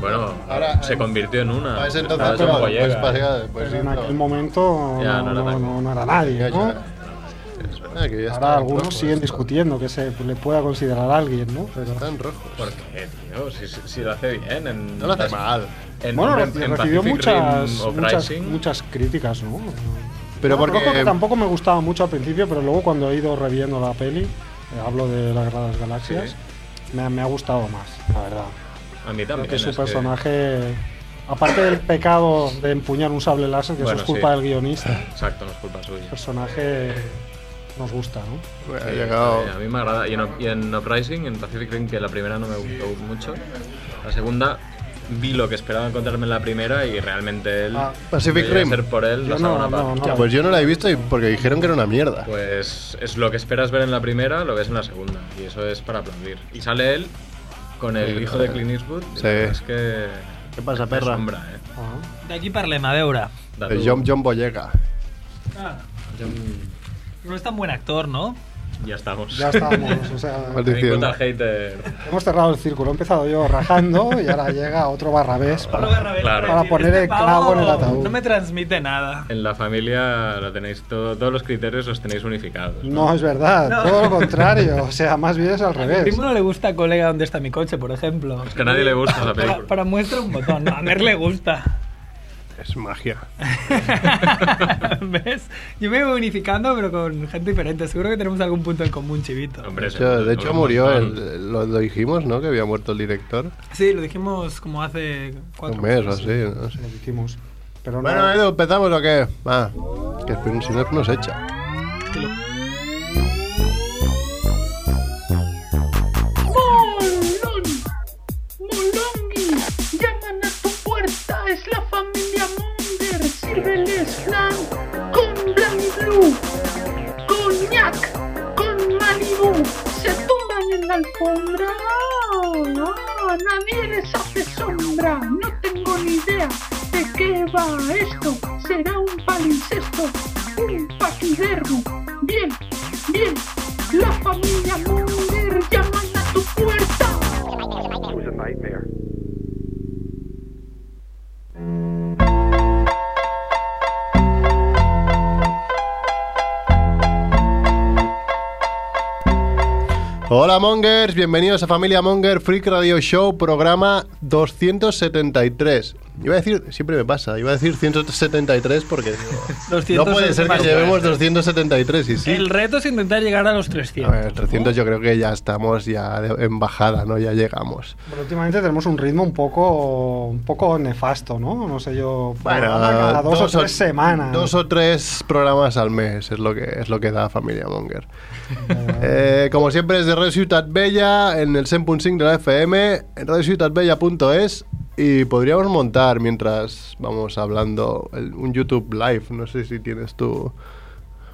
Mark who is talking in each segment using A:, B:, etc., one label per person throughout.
A: Bueno,
B: Ahora,
A: se
B: en-
A: convirtió en ¿eh? una.
B: Para ese entonces,
A: Ahora es un
B: pero después
A: pollega.
B: pasea- después
C: Pero en
B: hizo-
C: aquel momento
A: Ya,
C: no,
A: no era
C: no-
A: tan-
C: no- no era nadie,
B: Pues Ya,
C: ¿no?
B: ya. Ah, que ya
C: Ahora
B: están
C: algunos
B: rojos,
C: siguen discutiendo que se le pueda considerar a alguien, ¿no? Pero-
B: Están rojos.
A: ¿Por qué, tío? Si, si- si lo hace bien. En,
B: No lo haces mal.
A: En,
C: bueno,
A: en-
C: reci-
A: en
C: recibió
A: Pacific
C: muchas,
A: Rim
C: muchas,
A: Uprising,
C: muchas críticas, ¿no?
B: Pero
C: Yo reconozco
B: porque.
C: que tampoco me gustaba mucho al principio, pero luego cuando he ido reviendo la peli, eh, hablo de la Guerra de las Galaxias,
A: Sí.
C: me, ha- me ha gustado más, la verdad.
A: A mí
C: Creo
A: también.
C: que su
A: es que-
C: personaje, aparte del pecado de empuñar un sable láser, que
A: Bueno,
C: eso es culpa
A: sí.
C: del guionista,
A: Exacto, no es culpa suya.
C: el personaje nos gusta, ¿no?
B: Bueno, ha
A: Sí,
B: llegado.
A: Eh, A mí me agrada. Y en, y en Uprising, en Pacific Rim, que la primera no me gustó mucho. La segunda vi lo que esperaba encontrarme en la primera y realmente él.
C: Ah,
B: Pacific
A: debería
B: Rim.
A: ser por él
C: Yo
A: la segunda
C: no, no,
A: parte.
C: no.
B: Ya, pues yo no la he visto y- porque dijeron que era una mierda.
A: Pues es lo que esperas ver en la primera, lo ves en la segunda. Y eso es para aplaudir. Y sale él con el hijo de Clint Eastwood. y
B: Sí.
A: la verdad es que.
B: ¿Qué pasa,
A: me
B: perra?
A: asombra, eh.
C: Ah.
D: D'aquí parlem, a veure.
A: Da
B: Eh,
A: tu.
B: John, John Boyega.
D: Ah, no és tan bon actor, no?
A: Ya estamos. eh.
C: Ya estábamos, o sea,
B: Maldición.
A: Ninguna hater.
C: hemos cerrado el círculo. He empezado yo rajando y ahora llega otro barrabés para...
D: Otro Barrabés
A: Claro.
D: decir,
A: Para
C: poner el
D: pavo
C: clavo en el ataúd".
D: No me transmite nada.
A: En la familia lo tenéis todo, todos los criterios los tenéis unificados.
C: No es verdad,
D: No.
C: todo lo contrario, o sea, más bien es al
D: A mi
C: revés.
D: primo no le gusta Colega donde está mi coche, por ejemplo.
A: Es que a nadie le gusta esa
D: Para,
A: película.
D: para muestra un botón. No, a Mer le gusta.
B: Es magia.
D: ¿Ves? Yo me voy unificando, pero con gente diferente. Seguro que tenemos algún punto en común, chivito.
A: Hombre,
B: De hecho,
A: se-
B: de hecho murió,
A: montón.
B: el- lo, lo dijimos, ¿no? Que había muerto el director.
D: Sí, lo dijimos como hace cuatro
B: Un mes o
D: meses.
B: así, no sé.
C: Lo dijimos. Pero
B: Bueno,
C: no,
B: Edu, ¿empezamos o qué? Va, que si no nos echa.
E: Molón, Molongi, llaman a tu puerta, es la familia Munger, sírveles flan con Blanc Blue, coñac, con Malibu, se tumban en la alfombra, no, nadie les hace sombra, no tengo ni idea de qué va esto, será un palincesto, un paquidermo, bien, bien, la familia Munger llaman a tu puerta.
B: Hola Mongers, bienvenidos a Familia Monger Freak Radio Show, programa 273. Iba a decir, siempre me pasa, iba a decir 173 porque digo, no puede ser que
D: 273.
B: llevemos 273 y sí.
D: El reto es intentar llegar a los 300.
B: A ver, 300 yo creo que ya estamos ya de- en bajada, ¿no? Ya llegamos.
C: pero últimamente tenemos un ritmo un poco, un poco nefasto, ¿no? No sé yo, programa cada dos, o tres semanas.
B: Dos o tres programas al mes es lo que, es lo que da Familia Monger. Eh, como siempre, es de Radio Ciutat Bella, en el 100.5 de la FM, en radiociutatbella.es y podríamos montar mientras vamos hablando el- un YouTube Live. No sé si tienes tú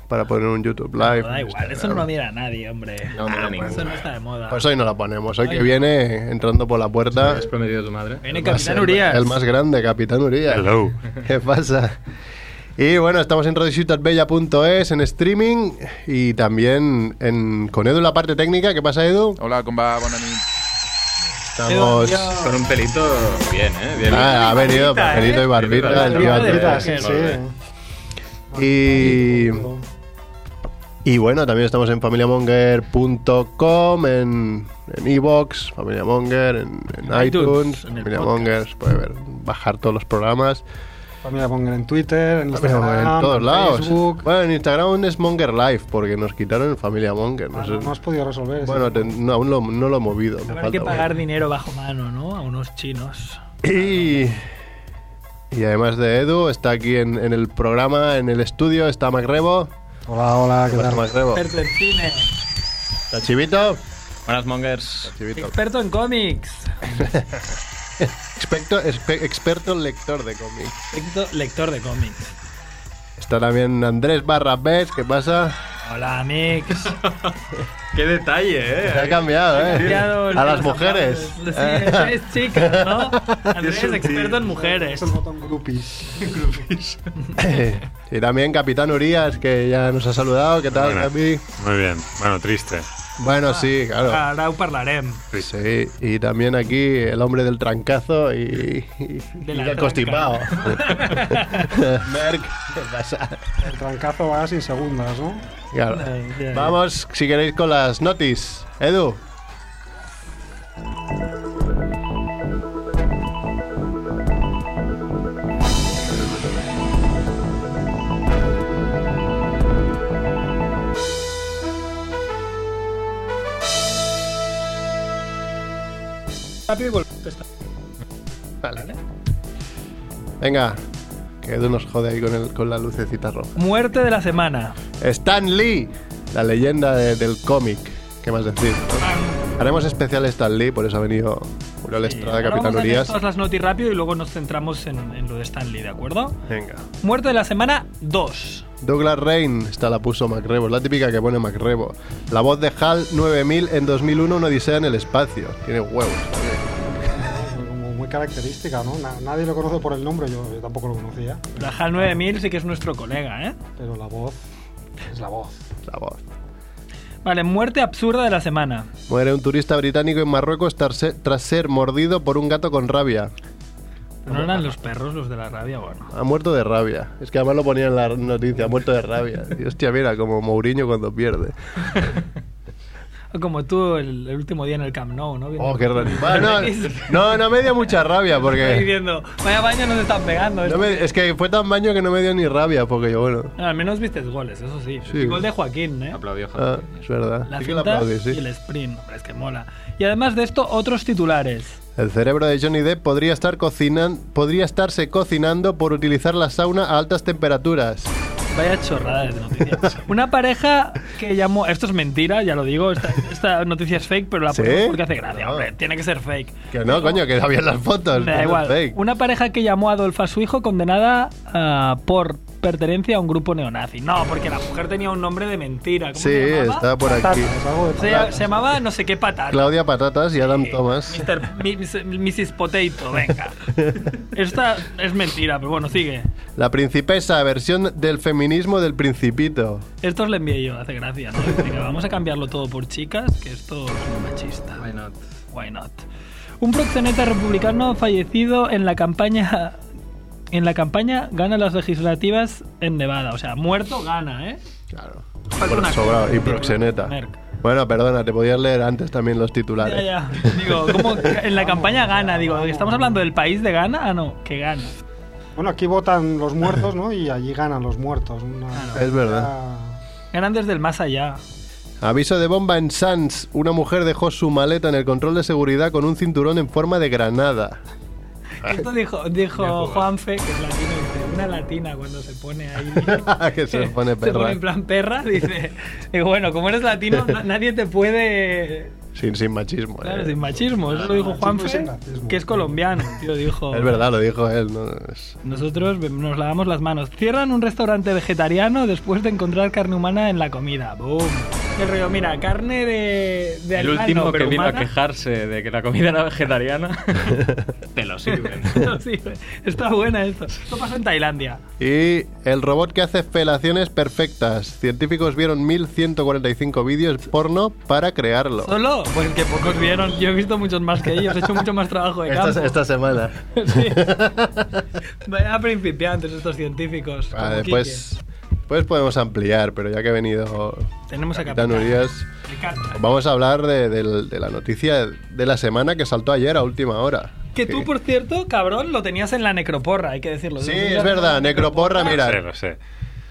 B: para poner un YouTube Live.
D: No, da igual, eso no lo mira nadie, hombre.
A: No mira
D: Ah,
A: ninguno.
D: Eso no está de moda.
B: Pues hoy no la ponemos, hoy que viene entrando por la puerta.
A: ¿Has prometido a tu madre?
D: Viene
B: Va a ser
D: Capitán Urias.
B: El más grande, Capitán Urias.
F: Hello.
B: ¿Qué pasa? Y bueno, estamos en radiociutatbella.es, en streaming y también en, con Edu en la parte técnica. ¿Qué pasa, Edu?
F: Hola, com va? Bona nit.
B: Estamos...
A: Con un pelito bien, ¿eh? Bien.
B: Ah, ha venido
D: Barbita,
B: pelito y
D: ¿eh?
B: barbita. el tío
D: Barbita de
B: Andrés.
C: Ahorita, sí, sí.
A: Vale.
B: Y, y bueno, también estamos en familiamonger.com, en en iVoox, Familia Monger, en, en
D: En
B: iTunes,
D: iTunes, en el
B: Familia
D: podcast.
B: Monger, se puede ver, bajar todos los programas.
C: Familia Monger en Twitter, en
B: Pero
C: Instagram,
B: en todos lados. Pues,
C: Facebook.
B: Bueno, en Instagram es Monger Live, porque nos quitaron el Familia Monger. no
C: Ah,
B: sé.
C: no, no has podido resolver eso.
B: Bueno, te- no, aún lo- no lo he movido. me
D: Habrá
B: falta
D: que
B: uno.
D: pagar dinero bajo mano, ¿no? A unos chinos.
B: Y, y además de Edu, está aquí en, en el programa, en el estudio, está Macrebo.
C: Hola, hola, ¿qué
B: ¿Qué pasa,
C: tal?
B: Macrebo?
D: Experto en cine,
B: ¿Está Chivito?
A: Buenas mongers.
B: Chivito.
D: experto en cómics,
B: Experto, expe- experto lector de cómics.
D: experto lector de cómics.
B: Está también Andrés Barra Pérez, ¿qué pasa?
D: Hola, Mix.
A: Qué detalle,
B: Se ha
A: ¿eh?
B: cambiado, ¿eh?
D: Criado el-
B: A las
D: los
B: mujeres.
D: aplausos. Sí, es chica, ¿no? Andrés, experto en mujeres.
C: Es el botón groupies.
B: y también Capitán Urias, que ya nos ha saludado. ¿Qué tal,
F: Buenas.
B: Capi?
F: Muy bien. Bueno, triste.
D: Ah.
B: Bueno, sí, claro.
D: Ara ho parlarem.
B: Sí, y también aquí el hombre del trancazo y, y,
D: De
B: y del
D: la tranca.
B: costipao. Merck, ¿qué pasa?
C: El trancazo va sin segundas, ¿no?
B: Claro. Vamos, si queréis, con las notis. Edu.
D: Ràpid i volgut. està.
B: Vale. Venga, que Edu nos jode ahí con, el, con la lucecita roja.
D: Muerte de la semana.
B: Stan Lee, la leyenda de- del cómic. ¿Qué más decir? Haremos especial Stan Lee, por eso ha venido Julio Estrada de
D: Ahora vamos a leer
B: Capitanurías.
D: todas las notis rápido y luego nos centramos en, en lo de Stanley, ¿de acuerdo?
B: Venga.
D: Muerte de la semana 2.
B: Douglas Rain, esta la puso MacRebo, es la típica que pone MacRebo. La voz de HAL 9000 en 2001, una odisea en el espacio. Tiene huevos.
C: Como muy característica, ¿no? Na- nadie lo conoce por el nombre, yo, yo tampoco lo conocía,
D: La HAL 9000 sí que es nuestro colega, ¿eh?
C: pero la voz es la voz.
B: La voz.
D: Vale, muerte absurda de la semana.
B: Muere un turista británico en Marruecos tras ser, tras ser mordido por un gato con rabia.
D: Pero no eran los perros los de la rabia, bueno.
B: Ha muerto de rabia. Es que además lo ponía en la noticia, ha muerto de rabia. Y hostia, mira, como Mourinho cuando pierde.
D: Ah, Como tú el, el último día en el Camp Nou, ¿no?
B: Oh, qué raro.
D: Bueno,
B: Bueno, no, no me dio mucha rabia porque.
D: diciendo, vaya baño nos están pegando.
B: no me- es que fue tan baño que no me dio ni rabia porque yo, bueno.
D: No, al menos viste goles, eso sí.
B: Sí.
D: El gol de Joaquín, ¿eh?
A: Aplaudió
B: ah,
A: Javier.
B: es verdad.
D: La
B: Sí que lo
D: cinta
B: aplaudí,
D: y el
B: sí.
D: sprint, hombre, es que mola. Y además de esto, otros titulares.
B: El cerebro de Johnny Depp podría, estar cocinan, podría estarse cocinando por utilizar la sauna a altas temperaturas.
D: Vaya chorrada de noticias. Una pareja que llamó. Esto es mentira, ya lo digo. Esta, esta noticia es fake, pero la
B: ¿Sí?
D: ponemos porque hace gracia,
B: No.
D: hombre. Tiene que ser fake.
B: Que no, coño, que no había las fotos.
D: Me da
B: no es
D: igual.
B: fake.
D: Una pareja que llamó a Adolfa a su hijo condenada ah, por pertenencia a un grupo neonazi. No, porque la mujer tenía un nombre de mentira. ¿Cómo
B: Sí,
D: se llamaba?
B: está por
C: Patata,
B: aquí.
C: es algo de
D: Se, se llamaba no sé qué patata.
B: Claudia Patatas y Adam Thomas.
D: Mr. Mi- Mrs. Potato, venga. Esta es mentira, pero bueno, sigue.
B: La principesa, versión del feminismo del principito.
D: Estos le envié yo, hace gracia, ¿no? Venga, vamos a cambiarlo todo por chicas, que esto es muy machista.
A: Why not?
D: Why not? Un proxeneta republicano fallecido en la campaña. En la campaña gana las legislativas en Nevada. O sea, muerto gana, ¿eh?
B: Claro.
D: Falta
B: Bueno,
D: una
B: sobrado. Y
D: cosa.
B: proxeneta.
D: Merck.
B: Bueno, perdona, te podías leer antes también los titulares.
D: Ya, ya. Digo, ¿cómo que en la campaña gana? Digo, ¿estamos hablando del país de gana? Ah, no, que gana.
C: Bueno, aquí votan los muertos, ¿no? Y allí ganan los muertos. Una-
B: Es verdad.
C: Ah,
D: Ganan desde el más allá.
B: Aviso de bomba en Sans. Una mujer dejó su maleta en el control de seguridad con un cinturón en forma de granada.
D: Esto dijo, dijo Juanfe, que es latino, dice, una latina cuando se pone ahí.
B: que se lo pone
D: Se
B: perra.
D: pone en plan perra, dice. Digo, bueno, como eres latino, na- nadie te puede.
B: Sin, sin machismo.
D: Claro,
B: eh.
D: sin machismo. Eso lo dijo
C: y
D: Juanfe,
C: sin racismo.
D: que es colombiano. Tío, dijo.
B: Es verdad, lo dijo él. ¿no? Es-
D: Nosotros nos lavamos las manos. Cierran un restaurante vegetariano después de encontrar carne humana en la comida. ¡Boom! El rollo, mira, carne de, de
A: El
D: animal, no,
A: último que
D: pero
A: vino a
D: humana.
A: quejarse de que la comida era vegetariana, te lo sirven.
D: No, sí, está buena esto. Esto pasó en Tailandia.
B: Y el robot que hace felaciones perfectas. Científicos vieron 1145 vídeos porno para crearlo.
D: Solo, pues que pocos vieron. Yo he visto muchos más que ellos, he hecho mucho más trabajo de campo.
B: Esta, esta semana.
D: Sí. Vaya principiantes estos científicos.
B: Ah,
D: como
B: después, después pues podemos ampliar, pero ya que ha venido
D: Quique. tenemos a
B: Capitán
D: Capitán.
B: Urias,
D: Me encanta.
B: vamos a hablar de, del- de la noticia de la semana que saltó ayer a última hora.
D: Que tú, por cierto, cabrón, lo tenías en la necroporra, hay que decirlo.
B: Sí, es verdad, Necroporra,
F: sé,
B: mira.
F: lo sé.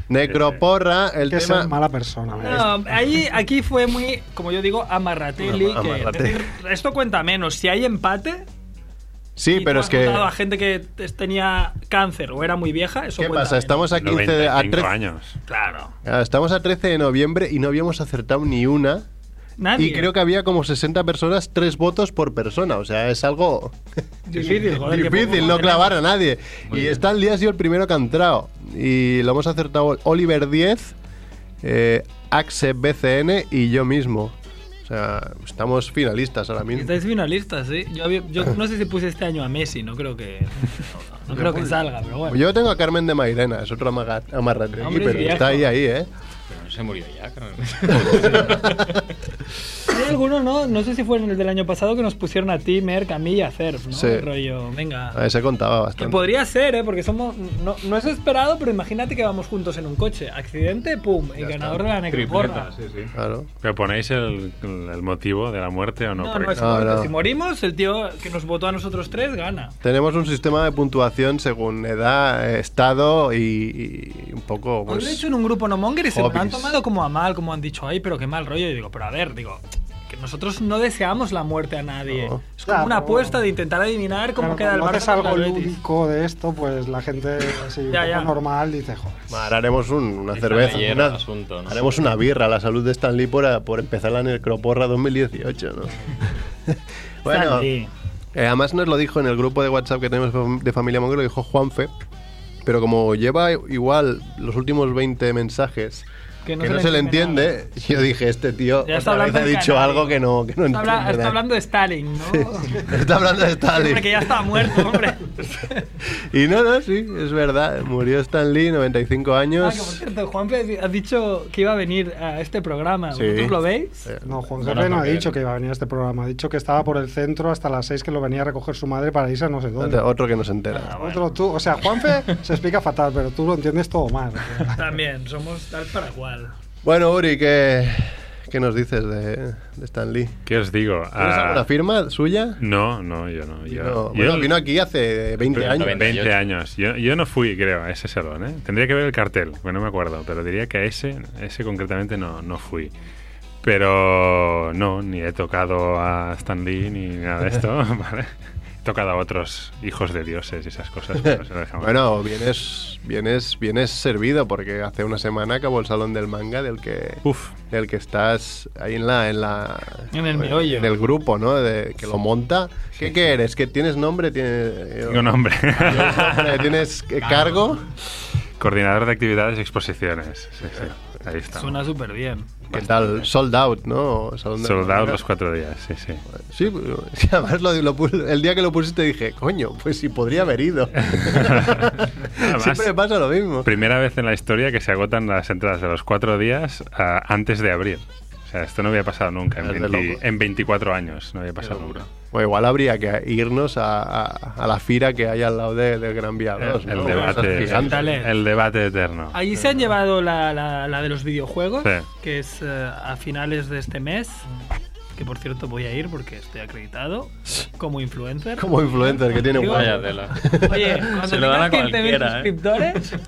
B: Necroporra, el
C: que es
B: tema...
C: mala persona. ¿eh? ¿ves?
D: No, ahí, aquí fue muy, como yo digo, amarratelli.
B: Ama-
D: que-
B: amarratelli.
D: decir, esto cuenta menos. Si hay empate, y
B: Sí,
D: tú
B: pero
D: has
B: es que...
D: votado a gente que t- tenía cáncer o era muy vieja, eso
B: ¿Qué
D: cuenta
B: pasa?
D: menos.
B: Estamos a 15 de... A
F: 95
B: 13,
F: años.
D: Claro.
B: Ah, estamos a 13 de noviembre y no habíamos acertado ni una.
D: Nadie.
B: Y creo que había como 60 personas, tres votos por persona. O sea, es algo
D: Difícil, joder, que
B: difícil
D: poco
B: no
D: tenemos.
B: clavar a nadie. y Stan Lee ha sido el primero que ha entrado. Y lo hemos acertado Oliver 10, eh, Axe BCN y yo mismo. O sea, estamos finalistas ahora mismo.
D: Estáis finalistas, sí. Yo, había- yo no sé si puse este año a Messi, no creo que. No, creo que salga, pero bueno.
B: Pues Yo tengo a Carmen de Mairena, es otro amaga- amarratregui,
D: Hombre,
B: pero
D: viejo.
B: está ahí, ahí, ¿eh?
A: Pero no se murió ya, creo.
D: Hay alguno, ¿no? No sé si fue en el del año pasado que nos pusieron a ti, Merck, a mí y a Cerf, ¿no?
B: Sí.
D: El rollo, venga.
B: A ver, se contaba
D: Que
B: bastante.
D: podría ser, ¿eh? Porque somos. No, no es esperado, pero imagínate que vamos juntos en un coche. Accidente, pum, y ganador de la necroporra.
A: Tripleta, sí, sí.
B: Claro.
F: ¿Pero ponéis el, el motivo de la muerte o no?
D: No,
F: Porque-
D: no es
B: No,
D: muerte.
B: no.
D: Si morimos, el tío que nos votó a nosotros tres gana.
B: Tenemos un sistema de puntuación según edad, eh, estado y, y un poco.
D: Hoy lo he
B: Pues,
D: hecho en un grupo no monger y se me lo han
B: hobbies.
D: tomado como a mal, como han dicho, ay, pero qué mal rollo. Y digo, pero a ver, digo, que nosotros no deseamos la muerte a nadie.
B: No.
D: Es como
C: Ya,
D: una
C: pero-
D: apuesta de intentar adivinar
C: Claro,
D: cómo queda el
C: cuando
D: Barça
C: haces algo
D: contra el Betis.
C: lúdico de esto, pues la gente así un
D: Ya,
C: poco
D: ya.
C: normal dice, joder.
B: ahora haremos un- una
A: Y
B: cerveza.
A: taller,
B: una-
A: asunto, ¿no?
B: Haremos una birra a la salud de Stanley por, por empezar la necroporra 2018, ¿no? bueno,
D: Santi.
B: eh, además nos lo dijo en el grupo de WhatsApp que tenemos de Familia Monger, lo dijo Juanfe. Pero como lleva igual los últimos 20 mensajes que no, se, le entiende, yo dije, este tío
D: ¿eh? Ya está
B: otra vez
D: hablando
B: ha
D: en
B: dicho
D: canario.
B: algo que no, que no
D: Está, habla-
B: entiende
D: está
B: nada.
D: hablando de Stalin, ¿no?
B: Está hablando de Stalin.
D: Hombre, que ya está muerto, hombre.
B: Y no, no, sí, es verdad. Murió Stan Lee, 95
D: Ah,
B: años.
D: que por cierto, Juanpe ha dicho que iba a venir a este programa.
B: Sí.
D: ¿Vosotros lo veis?
B: Eh,
C: No, Juan
A: No,
C: Carlos
A: no,
C: no ha
A: porque-
C: dicho que iba a venir a este programa. Ha dicho que estaba por el centro hasta las 6 que lo venía a recoger su madre para irse a no sé dónde.
B: otro- Otro que no se entera.
C: Otro tú, o sea, Juanfe se explica fatal, pero tú lo entiendes todo mal.
D: También, somos tal para cual.
B: Bueno, Uri, ¿qué, qué nos dices de, de Stan Lee?
F: ¿Qué os digo?
B: ¿Tienes
F: Ah,
B: alguna firma suya?
F: No, no, yo no. Yo,
B: No.
F: yo-
B: Bueno, vino aquí hace 20
F: pero-
B: años.
F: 20 años. Yo, yo no fui, creo, a ese salón. ¿eh? Tendría que ver el cartel, porque no me acuerdo, pero diría que a ese, ese concretamente no, no fui. Pero no, ni he tocado a Stan Lee ni nada de esto. ¿vale? He tocado a otros hijos de dioses y esas cosas. pero se lo dejamos.
B: Bueno, vienes, vienes, vienes servido porque hace una semana acabó el salón del manga del que,
F: Uf,
B: del que estás ahí en la, en la,
D: En el meollo.
B: en el grupo, ¿no? De, que lo monta. ¿Qué, qué eres? ¿Que tienes nombre? ¿Tienes,
F: tengo nombre.
B: ¿Tienes nombre? ¿Tienes eh, cargo?
F: Coordinador de actividades y exposiciones. Sí, sí. Ahí está.
D: Suena súper bien.
B: ¿Qué tal? Sold out, ¿no? Salón del
F: Sold out
B: manga.
F: los cuatro días, sí, sí.
B: Sí, pero- sí, además lo- lo pu- el día que lo pusiste dije, coño, pues si podría haber ido. Siempre me pasa lo mismo.
F: Primera vez en la historia que se agotan las entradas de los cuatro días ah, antes de abrir. O sea, esto no había pasado nunca. En,
B: Es de
F: 20
B: loco.
F: en 24 años no había pasado nunca.
B: O igual habría que irnos a, a- a la fira que hay al lado de- del Gran Vía 2,
F: El, el
B: ¿no? Esas
F: debate,
B: gigantes.
F: el, el debate eterno.
D: Allí se han llevado la, la- la de los videojuegos,
F: Sí.
D: que es eh, a finales de este mes. Que por cierto voy a ir porque estoy acreditado como influencer.
B: Como influencer que tiene
D: Digo,
A: Vaya tela.
D: Oye, cuando
A: Se lo dan a
D: tengas 15.000
A: cualquiera, ¿eh?
D: suscriptores,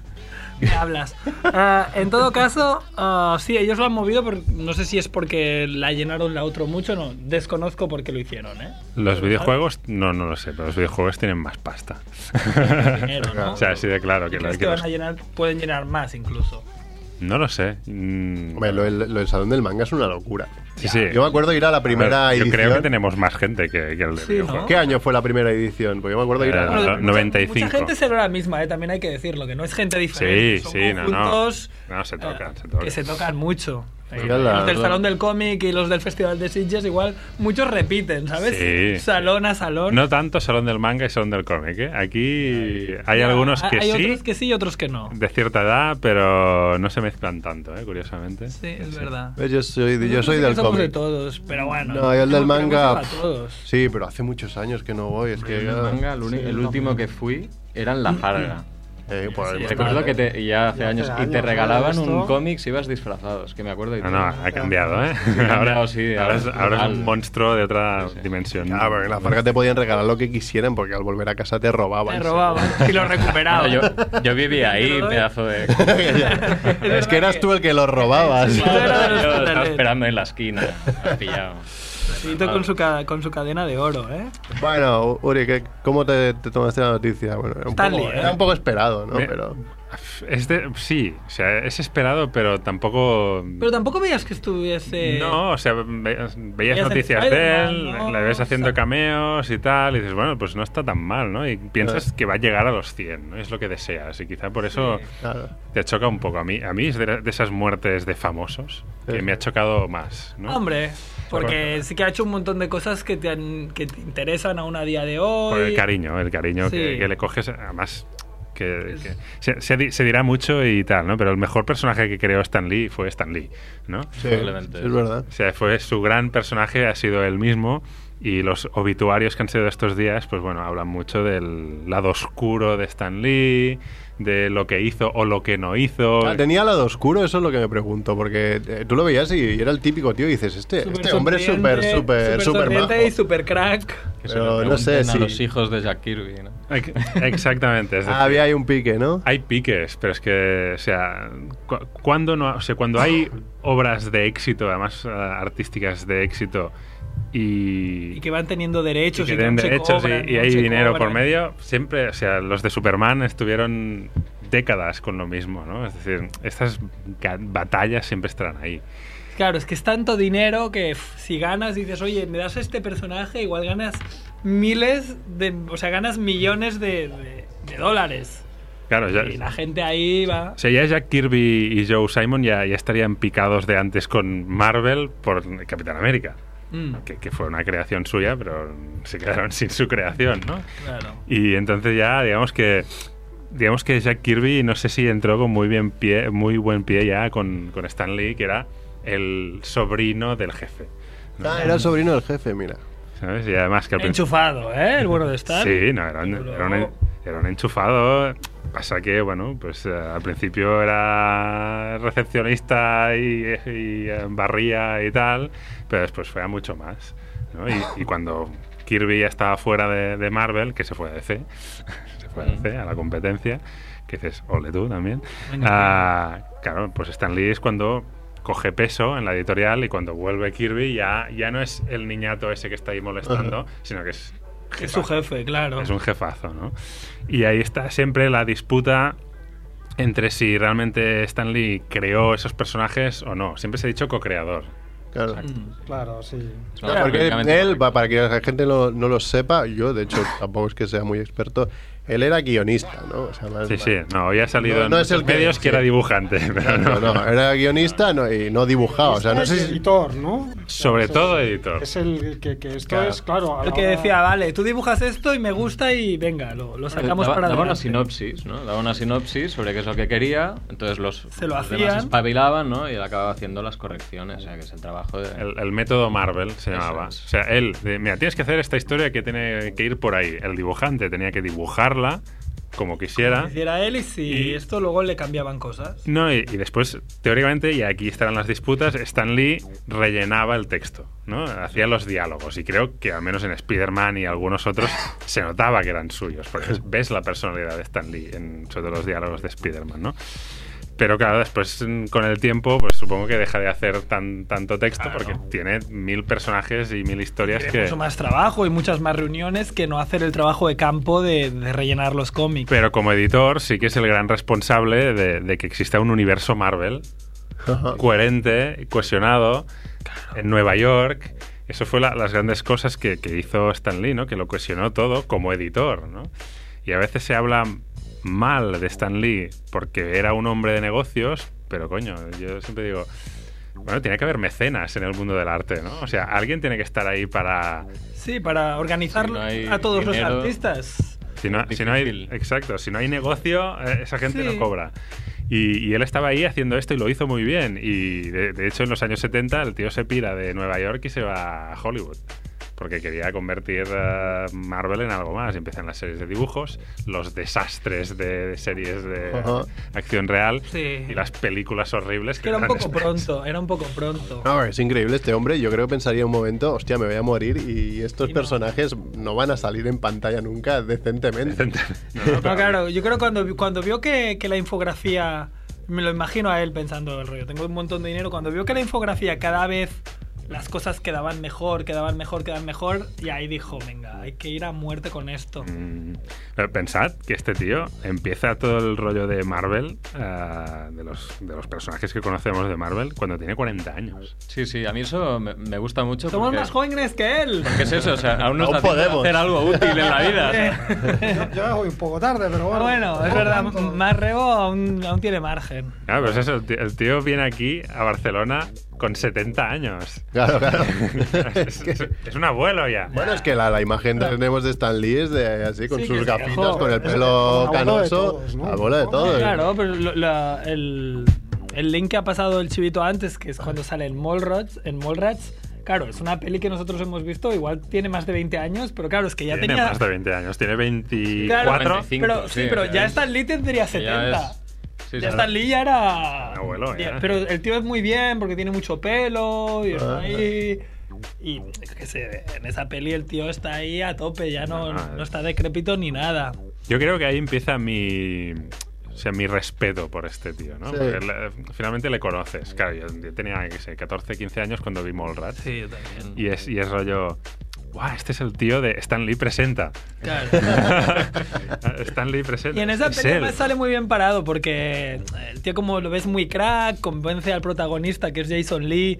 D: me hablas. Ah, en todo caso, ah, sí, ellos lo han movido, por- no sé si es porque la llenaron la otro mucho, no, desconozco por qué lo hicieron, ¿eh?
F: Los videojuegos, no, no lo sé, pero los videojuegos tienen más pasta.
D: Dinero, ¿no?
F: o sea, así de claro que, lo-
D: ¿Crees que
F: que
D: van
F: los-
D: a llenar, pueden llenar más incluso.
F: No lo sé. Mm,
B: Hombre, lo, del- lo del Salón del Manga es una locura.
F: sí, sí.
B: Yo me acuerdo ir a la primera
F: A ver, Yo
B: edición.
F: creo que tenemos más gente que, que el de
D: Sí,
F: videojuegos.
D: ¿no?
B: ¿Qué año fue la primera edición? Pues yo me acuerdo ir a...
F: Bueno,
D: Pero
F: Eh, no- 95.
D: Mucha gente será la misma, ¿eh? también hay que decirlo, que no es gente diferente.
F: Sí,
D: son
F: sí, no, no.
D: conjuntos,
F: No, se
D: eh,
F: tocan, se tocan.
D: Que se tocan mucho. Eh,
B: Mira la-
D: los del
B: la-
D: Salón del Cómic y los del Festival de Sitges, igual, muchos repiten, ¿sabes?
F: Sí.
D: salón a salón.
F: No tanto salón del manga y salón del cómic. ¿eh? Aquí hay
D: Ya, Ah,
F: algunos que
D: hay
F: sí,
D: otros que sí y otros que no.
F: de cierta edad, pero no se mezclan tanto, ¿eh? curiosamente.
D: Sí, es verdad.
B: Pues Yo soy, yo
D: Nosotros
B: soy
D: sí que
B: del
D: somos de
B: cómic.
D: todos, pero bueno.
B: No, yo el del
D: queremos
B: manga,
D: ir a todos.
B: Sí, pero hace muchos años que no voy. Es
A: Yo
B: que
A: en
B: ya-
A: el manga, el, uni- el último que fui era en La Farga.
B: Eh, por el-
A: Recuerdo que te, ya hace
C: hace
A: años y
C: años,
A: te
C: ¿no?
A: regalaban un
C: Esto.
A: cómic si ibas disfrazados, que me acuerdo. y
F: No,
A: todo.
F: no, ha cambiado, ¿eh?
A: ha
F: ahora,
A: cambiado, sí,
F: ahora es,
A: ahora
F: ahora es
A: total.
F: un monstruo de otra
A: Sí, sí.
F: dimensión.
B: Ah, porque en la farga te podían regalar lo que quisieran porque al volver a casa te robaban.
D: Me robaban y lo
A: Ah,
D: recuperaban.
A: yo, yo vivía ahí, pedazo de.
B: es que eras tú el que lo robabas.
D: Sí,
A: Yo
D: claro.
A: estaba esperando en la esquina. me has pillado.
D: Tito con su, ca- con su cadena de oro, ¿eh?
B: bueno, Uri, ¿qué- ¿cómo te, te tomaste la noticia? Bueno, era un,
D: Stanley,
B: poco,
D: ¿eh?
B: era un poco esperado, ¿no?
F: Me-
B: Pero
F: Es de- sí, o sea, es esperado, pero tampoco...
D: Pero tampoco veías que estuviese.
F: No, o sea, veías, veías
D: en
F: noticias de
D: Spider-Man,
F: él,
D: ¿no?
F: le ves haciendo
D: O sea-
F: cameos y tal, y dices, bueno, pues no está tan mal, ¿no? Y piensas que va a llegar a los 100, ¿no? Es lo que deseas, y quizá por eso
B: claro.
F: te choca un poco. A mí, a mí es de, la- de esas muertes de famosos que
B: Sí.
F: me ha chocado más, ¿no?
D: Hombre, porque sí que ha hecho un montón de cosas que te, han- que te interesan aún a día de hoy.
F: Por el cariño, el cariño
D: Sí.
F: que, que le coges, además que, que se, se di- se dirá mucho y tal, ¿no? Pero el mejor personaje que creó Stan Lee fue Stan Lee, ¿no?
B: Sí,
A: Probablemente.
B: es verdad.
F: O sea, fue su gran personaje, ha sido él mismo. Y los obituarios que han sido estos días, pues bueno, hablan mucho del lado oscuro de Stan Lee, de lo que hizo o lo que no hizo.
B: Ah, tenía lado oscuro, eso es lo que me pregunto, porque eh, tú lo veías y era el típico tío y dices, este,
D: Súper
B: este hombre es súper,
D: sonriente,
B: súper, súper
D: sonriente
B: majo.
D: y súper crack.
A: Que se
B: Pero
A: lo
B: no
A: pregunten
B: sé
A: a
B: si-
A: los hijos de Jack Kirby, ¿no?
F: Ex- Exactamente. es decir,
B: Ah, había ahí un pique, ¿no?
F: Hay piques, pero es que, o sea, cu- cuando, no, o sea, cuando hay obras de éxito, además eh, artísticas de éxito, y,
D: Y que van teniendo
F: y
D: derechos.
F: que
D: y
F: tienen
D: no se
F: derechos y-
D: cobran,
F: y,
D: no
F: hay
D: se
F: dinero
D: cobran.
F: por medio, siempre, o sea, los de Superman estuvieron décadas con lo mismo, ¿no? Es decir, estas ga- batallas siempre estarán ahí.
D: Claro, es que es tanto dinero que pff, si ganas dices, oye, me das este personaje, igual ganas miles de. O sea, ganas millones de, de- de dólares.
F: Claro, ya,
D: Y la gente ahí va.
F: O sea, ya Jack Kirby y Joe Simon ya, ya estarían picados de antes con Marvel por Capitán América,
D: Mm,
F: que, que fue una creación suya, pero se quedaron sin su creación, ¿no?
D: claro.
F: Y entonces ya, digamos que digamos que Jack Kirby no sé si entró con muy bien pie, muy buen pie ya con, con Stan Lee, que era el sobrino del jefe. ¿no?
B: Ah, era el sobrino del jefe, mira.
F: ¿Sabes? Y además que al principio-
D: Enchufado, ¿eh? El bueno de estar.
F: Sí, no, era un,
D: Pero
F: era un-
D: luego-
F: era un enchufado. Pasa que, bueno, pues eh, al principio era recepcionista y, y, eh, barría y tal, pero después fue a mucho más. ¿no? Y, y cuando Kirby ya estaba fuera de, de Marvel, que se fue a DC, se fue a DC, a la competencia, que dices, ole tú también.
D: Venga,
F: ah, claro, pues Stan Lee es cuando coge peso en la editorial y cuando vuelve Kirby ya, ya no es el niñato ese que está ahí molestando, sino que es
D: Es su jefe, claro.
F: es un jefazo, ¿no? Y ahí está siempre la disputa entre si realmente Stan Lee creó esos personajes o no. Siempre se ha dicho co-creador.
B: Claro.
D: Mm.
C: Claro, sí.
B: No,
A: No,
B: porque
A: técnicamente
B: él,
A: no.
B: pa- para que la gente lo- no lo sepa, yo de hecho tampoco es que sea muy experto, él era guionista, ¿no? O sea, más-
F: Sí, sí. No, hoy ha salido
B: No,
F: en
B: no es
F: muchos
B: el que-
F: medios que, era
B: sí.
F: dibujante, pero no.
B: No, no, eh. era guionista no, y no dibujaba. O sea, no sé
C: Es
B: si.
C: editor, ¿no?
F: Sobre
C: Es el-
F: todo editor.
C: Es el que, que esto
F: Claro.
C: es, claro. a
D: El
C: la
D: que
C: hora-
D: decía, "Ah, vale, tú dibujas esto y me gusta y venga, lo, lo sacamos
A: daba,
D: para
A: daba una
D: adelante".
A: sinopsis, ¿no? Daba una sinopsis sobre qué es lo que quería, entonces los,
D: Se lo
A: los
D: hacían.
A: demás espabilaban, ¿no? Y él acababa haciendo las correcciones, o sea, que es el trabajo de...
F: El, el método Marvel se
A: Eso
F: llamaba. O
A: es.
F: sea, él, de, mira, tienes que hacer esta historia que tiene que ir por ahí. El dibujante tenía que dibujarla como quisiera.
D: Hiciera él y si
F: Y-
D: esto luego le cambiaban cosas.
F: No, y, y después, teóricamente, y aquí estarán las disputas, Stan Lee rellenaba el texto, ¿no? Hacía los diálogos. Y creo que al menos en Spider-Man y algunos otros se notaba que eran suyos, porque ves la personalidad de Stan Lee en sobre todo los diálogos de Spider-Man, ¿no? Pero claro, después mm, con el tiempo, pues supongo que deja de hacer tan, tanto texto porque tiene mil personajes y mil historias
D: Tiene
F: que...
D: mucho más trabajo y muchas más reuniones que no hacer el trabajo de campo de, de rellenar los cómics.
F: Pero como editor sí que es el gran responsable de, de que exista un universo Marvel coherente, cohesionado, en Nueva York. Eso fue la- las grandes cosas que, que hizo Stan Lee, ¿no? Que lo cohesionó todo como editor, ¿no? Y a veces se habla mal de Stan Lee porque era un hombre de negocios, pero coño, yo siempre digo, bueno, tiene que haber mecenas en el mundo del arte, ¿no? O sea, alguien tiene que estar ahí para...
D: Sí, para organizar
A: Si no hay
D: a todos
A: dinero-
D: los artistas.
F: Si no, si no hay,
A: Difícil.
F: exacto, si no hay negocio, eh, esa gente
D: Sí.
F: no cobra. Y, y él estaba ahí haciendo esto y lo hizo muy bien. Y de, de hecho, en los años 70, el tío se pira de Nueva York y se va a Hollywood. Porque quería convertir eh, Marvel en algo más. Y empiezan las series de dibujos, los desastres de, series de
B: Ajá.
F: acción real
D: Sí.
F: y las películas horribles.
D: Es que era un
F: eran
D: poco
F: estas.
D: pronto, era un poco pronto.
B: A ver, es increíble este hombre. Yo creo que pensaría un momento, hostia, me voy a morir y estos
D: Y no.
B: personajes no van a salir en pantalla nunca decentemente.
F: No, no,
D: No,
F: pero-
D: claro, yo creo cuando, cuando vio que, que la infografía, me lo imagino a él pensando el rollo, tengo un montón de dinero, cuando vio que la infografía cada vez las cosas quedaban mejor, quedaban mejor, quedaban mejor, y ahí dijo, venga, hay que ir a muerte con esto.
F: Mm, pero pensad que este tío empieza todo el rollo de Marvel, ah, de, los, de los personajes que conocemos de Marvel, cuando tiene 40 años.
A: Sí, sí, a mí eso me, me gusta mucho
D: Somos
A: porque...
D: más jóvenes que él.
A: ¿Qué es eso? O sea, aún no
B: Aún
A: está tiempo de
B: podemos.
A: hacer algo útil en la vida. o sea.
C: Yo, yo voy un poco tarde, pero bueno.
D: Ah, Bueno, es
C: no
D: verdad,
C: tanto.
D: más rebo aún, aún tiene margen.
F: Claro, pero es eso, el tío, el tío viene aquí a Barcelona con 70 años.
B: Claro, claro.
F: es, es- es un abuelo ya.
B: Bueno, es que la, la imagen que tenemos de Stan Lee es de así, con
D: Sí, que
B: sus
D: sí,
B: gafitas,
D: ojo.
B: con el pelo
C: Abuelo de
B: canoso.
C: todos, ¿no?
B: A bola de todo.
D: Claro, pero lo- la- el, el link que ha pasado el chivito antes, que es cuando sale el Mallrats, en Mallrats, claro, es una peli que nosotros hemos visto, igual tiene más de 20 años, pero claro, es que ya
F: tiene
D: tenía...
F: más de 20 años, tiene
D: Claro,
F: 24.
A: 25,
D: pero, sí,
A: sí,
D: pero
A: ya
D: ya
A: es-
D: Stan Lee tendría 70.
A: Ya es- sí,
D: Ya
A: sí.
D: Stan Lee ya era.
F: Abuelo, ya.
D: Bien, Pero el tío es muy bien porque tiene mucho pelo y está ahí. Y qué sé, en esa peli el tío está ahí a tope, ya no,
F: Ah,
D: no está decrépito ni nada.
F: Yo creo que ahí empieza mi. O sea, mi respeto por este tío, ¿no?
B: Sí.
F: Porque le- finalmente le conoces. Claro, yo, yo tenía, qué sé, 14, 15 años cuando vi Mallrats.
D: Sí, yo también.
F: Y es, y es rollo. ¡Guau! Este es el tío de Stan Lee presenta.
D: Claro.
F: Stan Lee presenta.
D: Y en esa
F: Es
D: peli
F: él.
D: además sale muy bien parado porque el tío como lo ves muy crack, convence al protagonista que es Jason Lee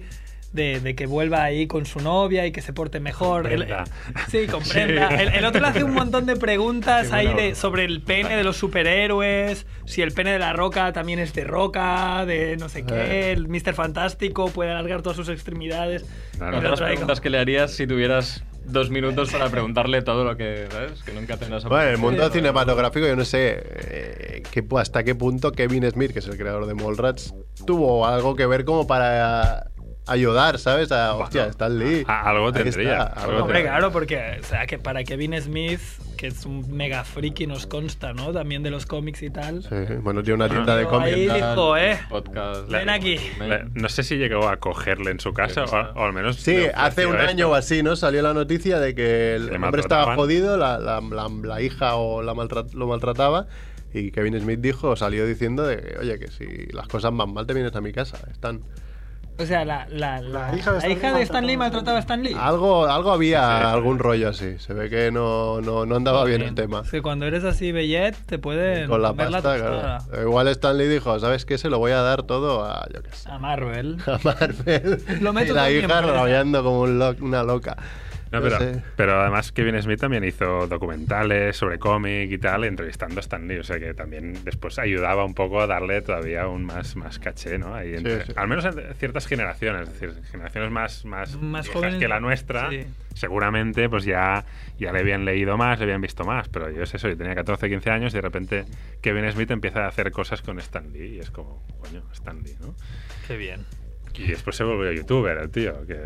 D: de, de que vuelva ahí con su novia y que se porte mejor. El-
F: Comprenda.
D: sí, comprenda.
F: Sí.
D: El, el otro le hace un montón de preguntas
F: Sí,
D: ahí
F: bueno.
D: de, sobre el pene de los superhéroes, si el pene de la roca también es de roca, de no sé qué, el Mr. Fantástico puede alargar todas sus extremidades.
F: Claro.
D: Y el
A: Otras
D: otro ahí
A: preguntas
D: como-
A: que le harías si tuvieras dos minutos para preguntarle todo lo que, ¿sabes? Que nunca tendrás
B: Bueno, el mundo
A: oportunidad.
B: cinematográfico, yo no sé eh, qué- hasta qué punto Kevin Smith, que es el creador de Mallrats, tuvo algo que ver como para ayudar, ¿sabes? A, hostia, Stan Lee.
F: a- algo
B: Ahí
F: tendría,
B: está,
F: algo
D: Hombre,
F: tendría.
D: claro, porque o sea, que para Kevin Smith, que es un mega friki, nos consta, ¿no? También de los cómics y tal.
B: Sí, bueno, tiene
F: Ah,
B: una tienda de
D: Pero ahí
B: cómics.
D: dijo,
B: tal.
D: eh.
A: Podcast.
D: Ven aquí.
F: Le- No sé si llegó a cogerle en su casa, o, o al menos.
B: Sí,
F: le
B: hace
F: ofreció
B: un
F: esto.
B: año o así, ¿no? Salió la noticia de que el
F: Le
B: hombre estaba
F: maltrataban.
B: jodido, la, la- la- la hija o la maltrat- lo maltrataba. Y Kevin Smith dijo, salió diciendo de que, oye, que si las cosas van mal te vienes a mi casa. Están.
D: O sea, la, la, la,
C: La hija de
D: la
C: Stan
D: hija
C: Lee
D: de Stan Lee maltrataba a Stan Lee.
B: Algo, algo había,
F: Sí, sí.
B: algún rollo así. Se ve que no, no, no andaba bien el tema.
D: Es que cuando eres así, Bellet, te pueden
B: Con la
D: comer
B: pasta,
D: tostada.
B: claro. Igual Stanley dijo, ¿sabes qué? Se lo voy a dar todo a, yo qué sé,
D: A Marvel.
B: a Marvel.
D: Lo meto
B: y la
D: todo en mi
B: hija
D: empresa.
B: rabiando como un lo- una loca.
F: No,
B: No
F: pero,
B: sé.
F: pero además Kevin Smith también hizo documentales sobre cómic y tal, entrevistando a Stan Lee, o sea que también después ayudaba un poco a darle todavía un más, más caché, ¿no? Ahí entre-
B: sí.
F: Al menos en ciertas generaciones, es decir, generaciones más, más,
D: Más
F: viejas
D: jóvenes,
F: que la nuestra,
D: sí.
F: seguramente pues ya, ya le habían leído más, le habían visto más, pero yo es eso, yo tenía 14, 15 años y de repente Kevin Smith empieza a hacer cosas con Stan Lee y es como, coño, Stan Lee, ¿no?
D: Qué bien.
F: Y después se volvió youtuber el tío, que...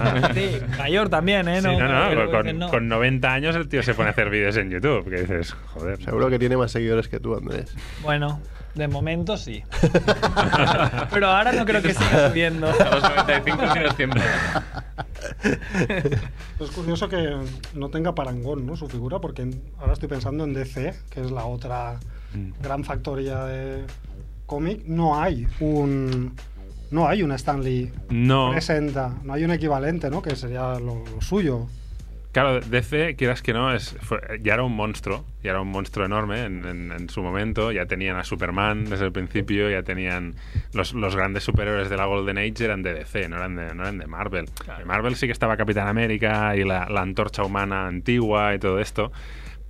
D: Ah, Sí, mayor también, ¿eh?
F: Sí, no, no,
D: pero
F: con,
D: dicen, no.
F: con 90 años el tío se pone a hacer vídeos en YouTube, que dices, joder.
B: Seguro que tiene más seguidores que tú, Andrés.
D: Bueno, de momento sí. pero ahora no creo que siga subiendo.
A: A los 95 tienes tiempo.
C: Es curioso que no tenga parangón, ¿no? Su figura, porque en- ahora estoy pensando en DC, que es la otra gran factoría de cómic. No hay un. No hay un Stanley
F: No,
C: presenta, no hay un equivalente, ¿no? Que sería lo, lo suyo.
F: claro, DC, quieras que no, es, fue- ya era un monstruo, ya era un monstruo enorme en, en- en su momento, ya tenían a Superman desde el principio, ya tenían los, los grandes superhéroes de la Golden Age eran de DC, no eran de, no eran de Marvel. En Marvel sí que estaba Capitán América y la, la antorcha humana antigua y todo esto,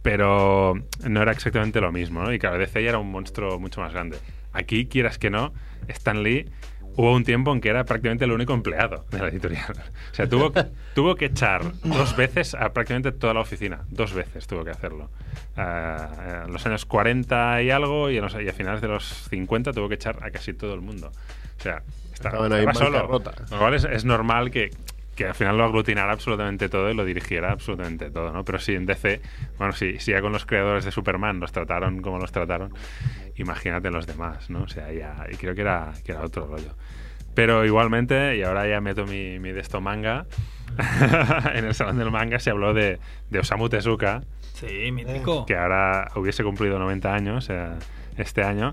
F: pero no era exactamente lo mismo, ¿no? Y claro, DC ya era un monstruo mucho más grande. Aquí, quieras que no, Stan Lee hubo un tiempo en que era prácticamente el único empleado de la editorial. O sea, tuvo, tuvo que echar dos veces a prácticamente toda la oficina. Dos veces tuvo que hacerlo. Ah, en los años 40 y algo y, en los- y a finales de los 50 tuvo que echar a casi todo el mundo. O sea, estaba,
B: Estaban ahí en
F: estaba solo.
B: bancarrota.
F: Con lo cual es, es normal que, que al final lo aglutinara absolutamente todo y lo dirigiera absolutamente todo, ¿no? Pero si en DC, bueno, si, si ya con los creadores de Superman los trataron como los trataron, imagínate los demás, ¿no? O sea, ya, y creo que era, que era otro rollo. Pero igualmente, y ahora ya meto mi, mi de esto manga, en el Salón del Manga se habló de, de Osamu Tezuka,
D: Sí, mítico.
F: que ahora hubiese cumplido 90 años eh, este año,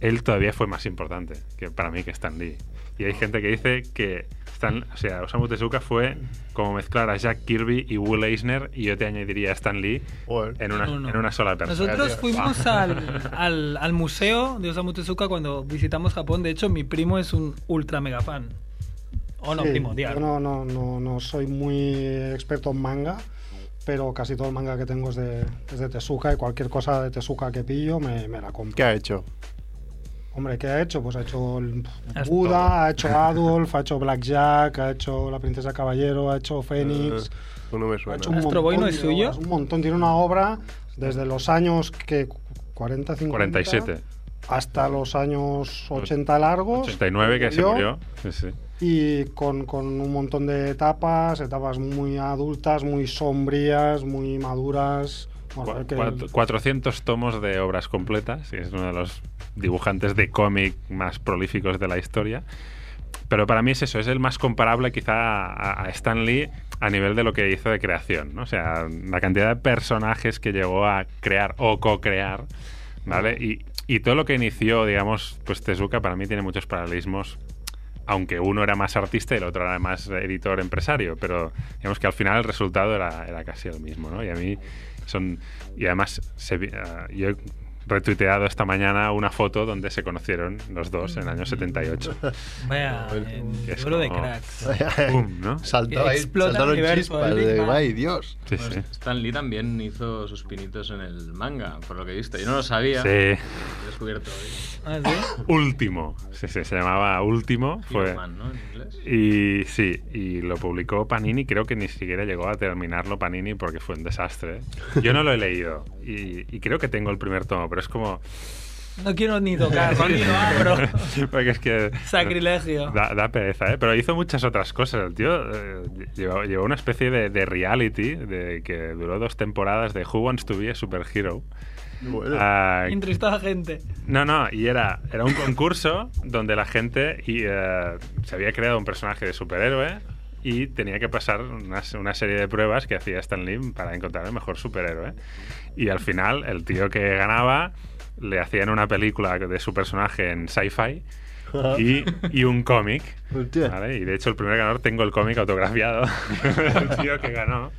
F: él todavía fue más importante que para mí que Stan Lee. Y hay gente que dice que Stan, o sea, Osamu Tezuka fue como mezclar a Jack Kirby y Will Eisner y yo te añadiría a Stan Lee
B: Joder.
F: en una,
D: No, no.
F: en una sola persona.
D: Nosotros fuimos al, al, al museo de Osamu Tezuka cuando visitamos Japón. De hecho, mi primo es un ultra mega fan. O no,
C: Sí,
D: primo, di
C: yo
D: algo.
C: no, no, no, no soy muy experto en manga, pero casi todo el manga que tengo es de, es de Tezuka y cualquier cosa de Tezuka que pillo me, me la compro.
B: ¿Qué ha hecho?
C: Hombre, ¿qué ha hecho? Pues ha hecho el-
D: Es
C: Buda,
D: todo.
C: ha hecho Adolf, ha hecho Blackjack, ha hecho La Princesa Caballero, ha hecho Fénix.
B: Eh, no me
C: ha
B: suena.
C: hecho un
D: Astro Boy no es
C: montón de
D: suyo.
C: obras, Un montón, tiene una obra desde los años que 40, 50
F: 47.
C: hasta los años 80 largos.
F: 89 que se murió. Sí, sí.
C: Y con, con un montón de etapas, etapas muy adultas, muy sombrías, muy maduras. Bueno,
F: Cua-
C: que-
F: cuat- 400 tomos de obras completas, y es uno de los dibujantes de cómic más prolíficos de la historia. Pero para mí es eso, es el más comparable quizá a, a Stan Lee a nivel de lo que hizo de creación, ¿no? O sea, la cantidad de personajes que llegó a crear o co-crear, ¿vale? Y, y todo lo que inició, digamos, pues Tezuka para mí tiene muchos paralelismos aunque uno era más artista y el otro era más editor empresario, pero digamos que al final el resultado era, era casi el mismo, ¿no? Y a mí son y además se vi- ah, yo he retuiteado esta mañana una foto donde se conocieron los dos en el año 78.
D: Vaya,
B: Bueno,
D: eh,
F: que es
D: duelo de
F: como-
D: cracks.
F: Boom, ¿no?
B: Saltó ahí,
D: Explota
B: saltaron
D: el universo
B: chispas
D: del Big
B: de,
D: Bang.
B: ¡ay, Dios!
F: Sí,
A: Pues
F: sí.
A: Stan Lee también hizo sus pinitos en el manga, por lo que he visto. Yo no lo sabía.
F: Sí.
A: Lo he descubierto hoy.
D: Ah, ¿sí?
F: Último. Sí, sí, se llamaba Último. Fue,
A: Hickman, ¿no? En inglés.
F: Y sí, y lo publicó Panini, creo que ni siquiera llegó a terminarlo Panini porque fue un desastre. Yo no lo he leído y, y creo que tengo el primer tomo, pero es como...
D: No quiero ni tocar, ni lo abro.
F: porque es que...
D: Sacrilegio.
F: Da, da pereza, ¿eh? Pero hizo muchas otras cosas. El tío eh, llevó, llevó una especie de, de reality de, que duró dos temporadas de Who Wants to be a Superhero.
B: Bueno,
F: Ah,
D: Intristada gente.
F: no, no, y era, era un concurso donde la gente y, eh, se había creado un personaje de superhéroe y tenía que pasar una, una serie de pruebas que hacía Stan Lee para encontrar el mejor superhéroe. Y al final, el tío que ganaba le hacían una película de su personaje en sci-fi y, y un cómic.
B: Hostia.
F: ¿vale? Y de hecho, el primer ganador tengo el cómic autografiado del tío que ganó.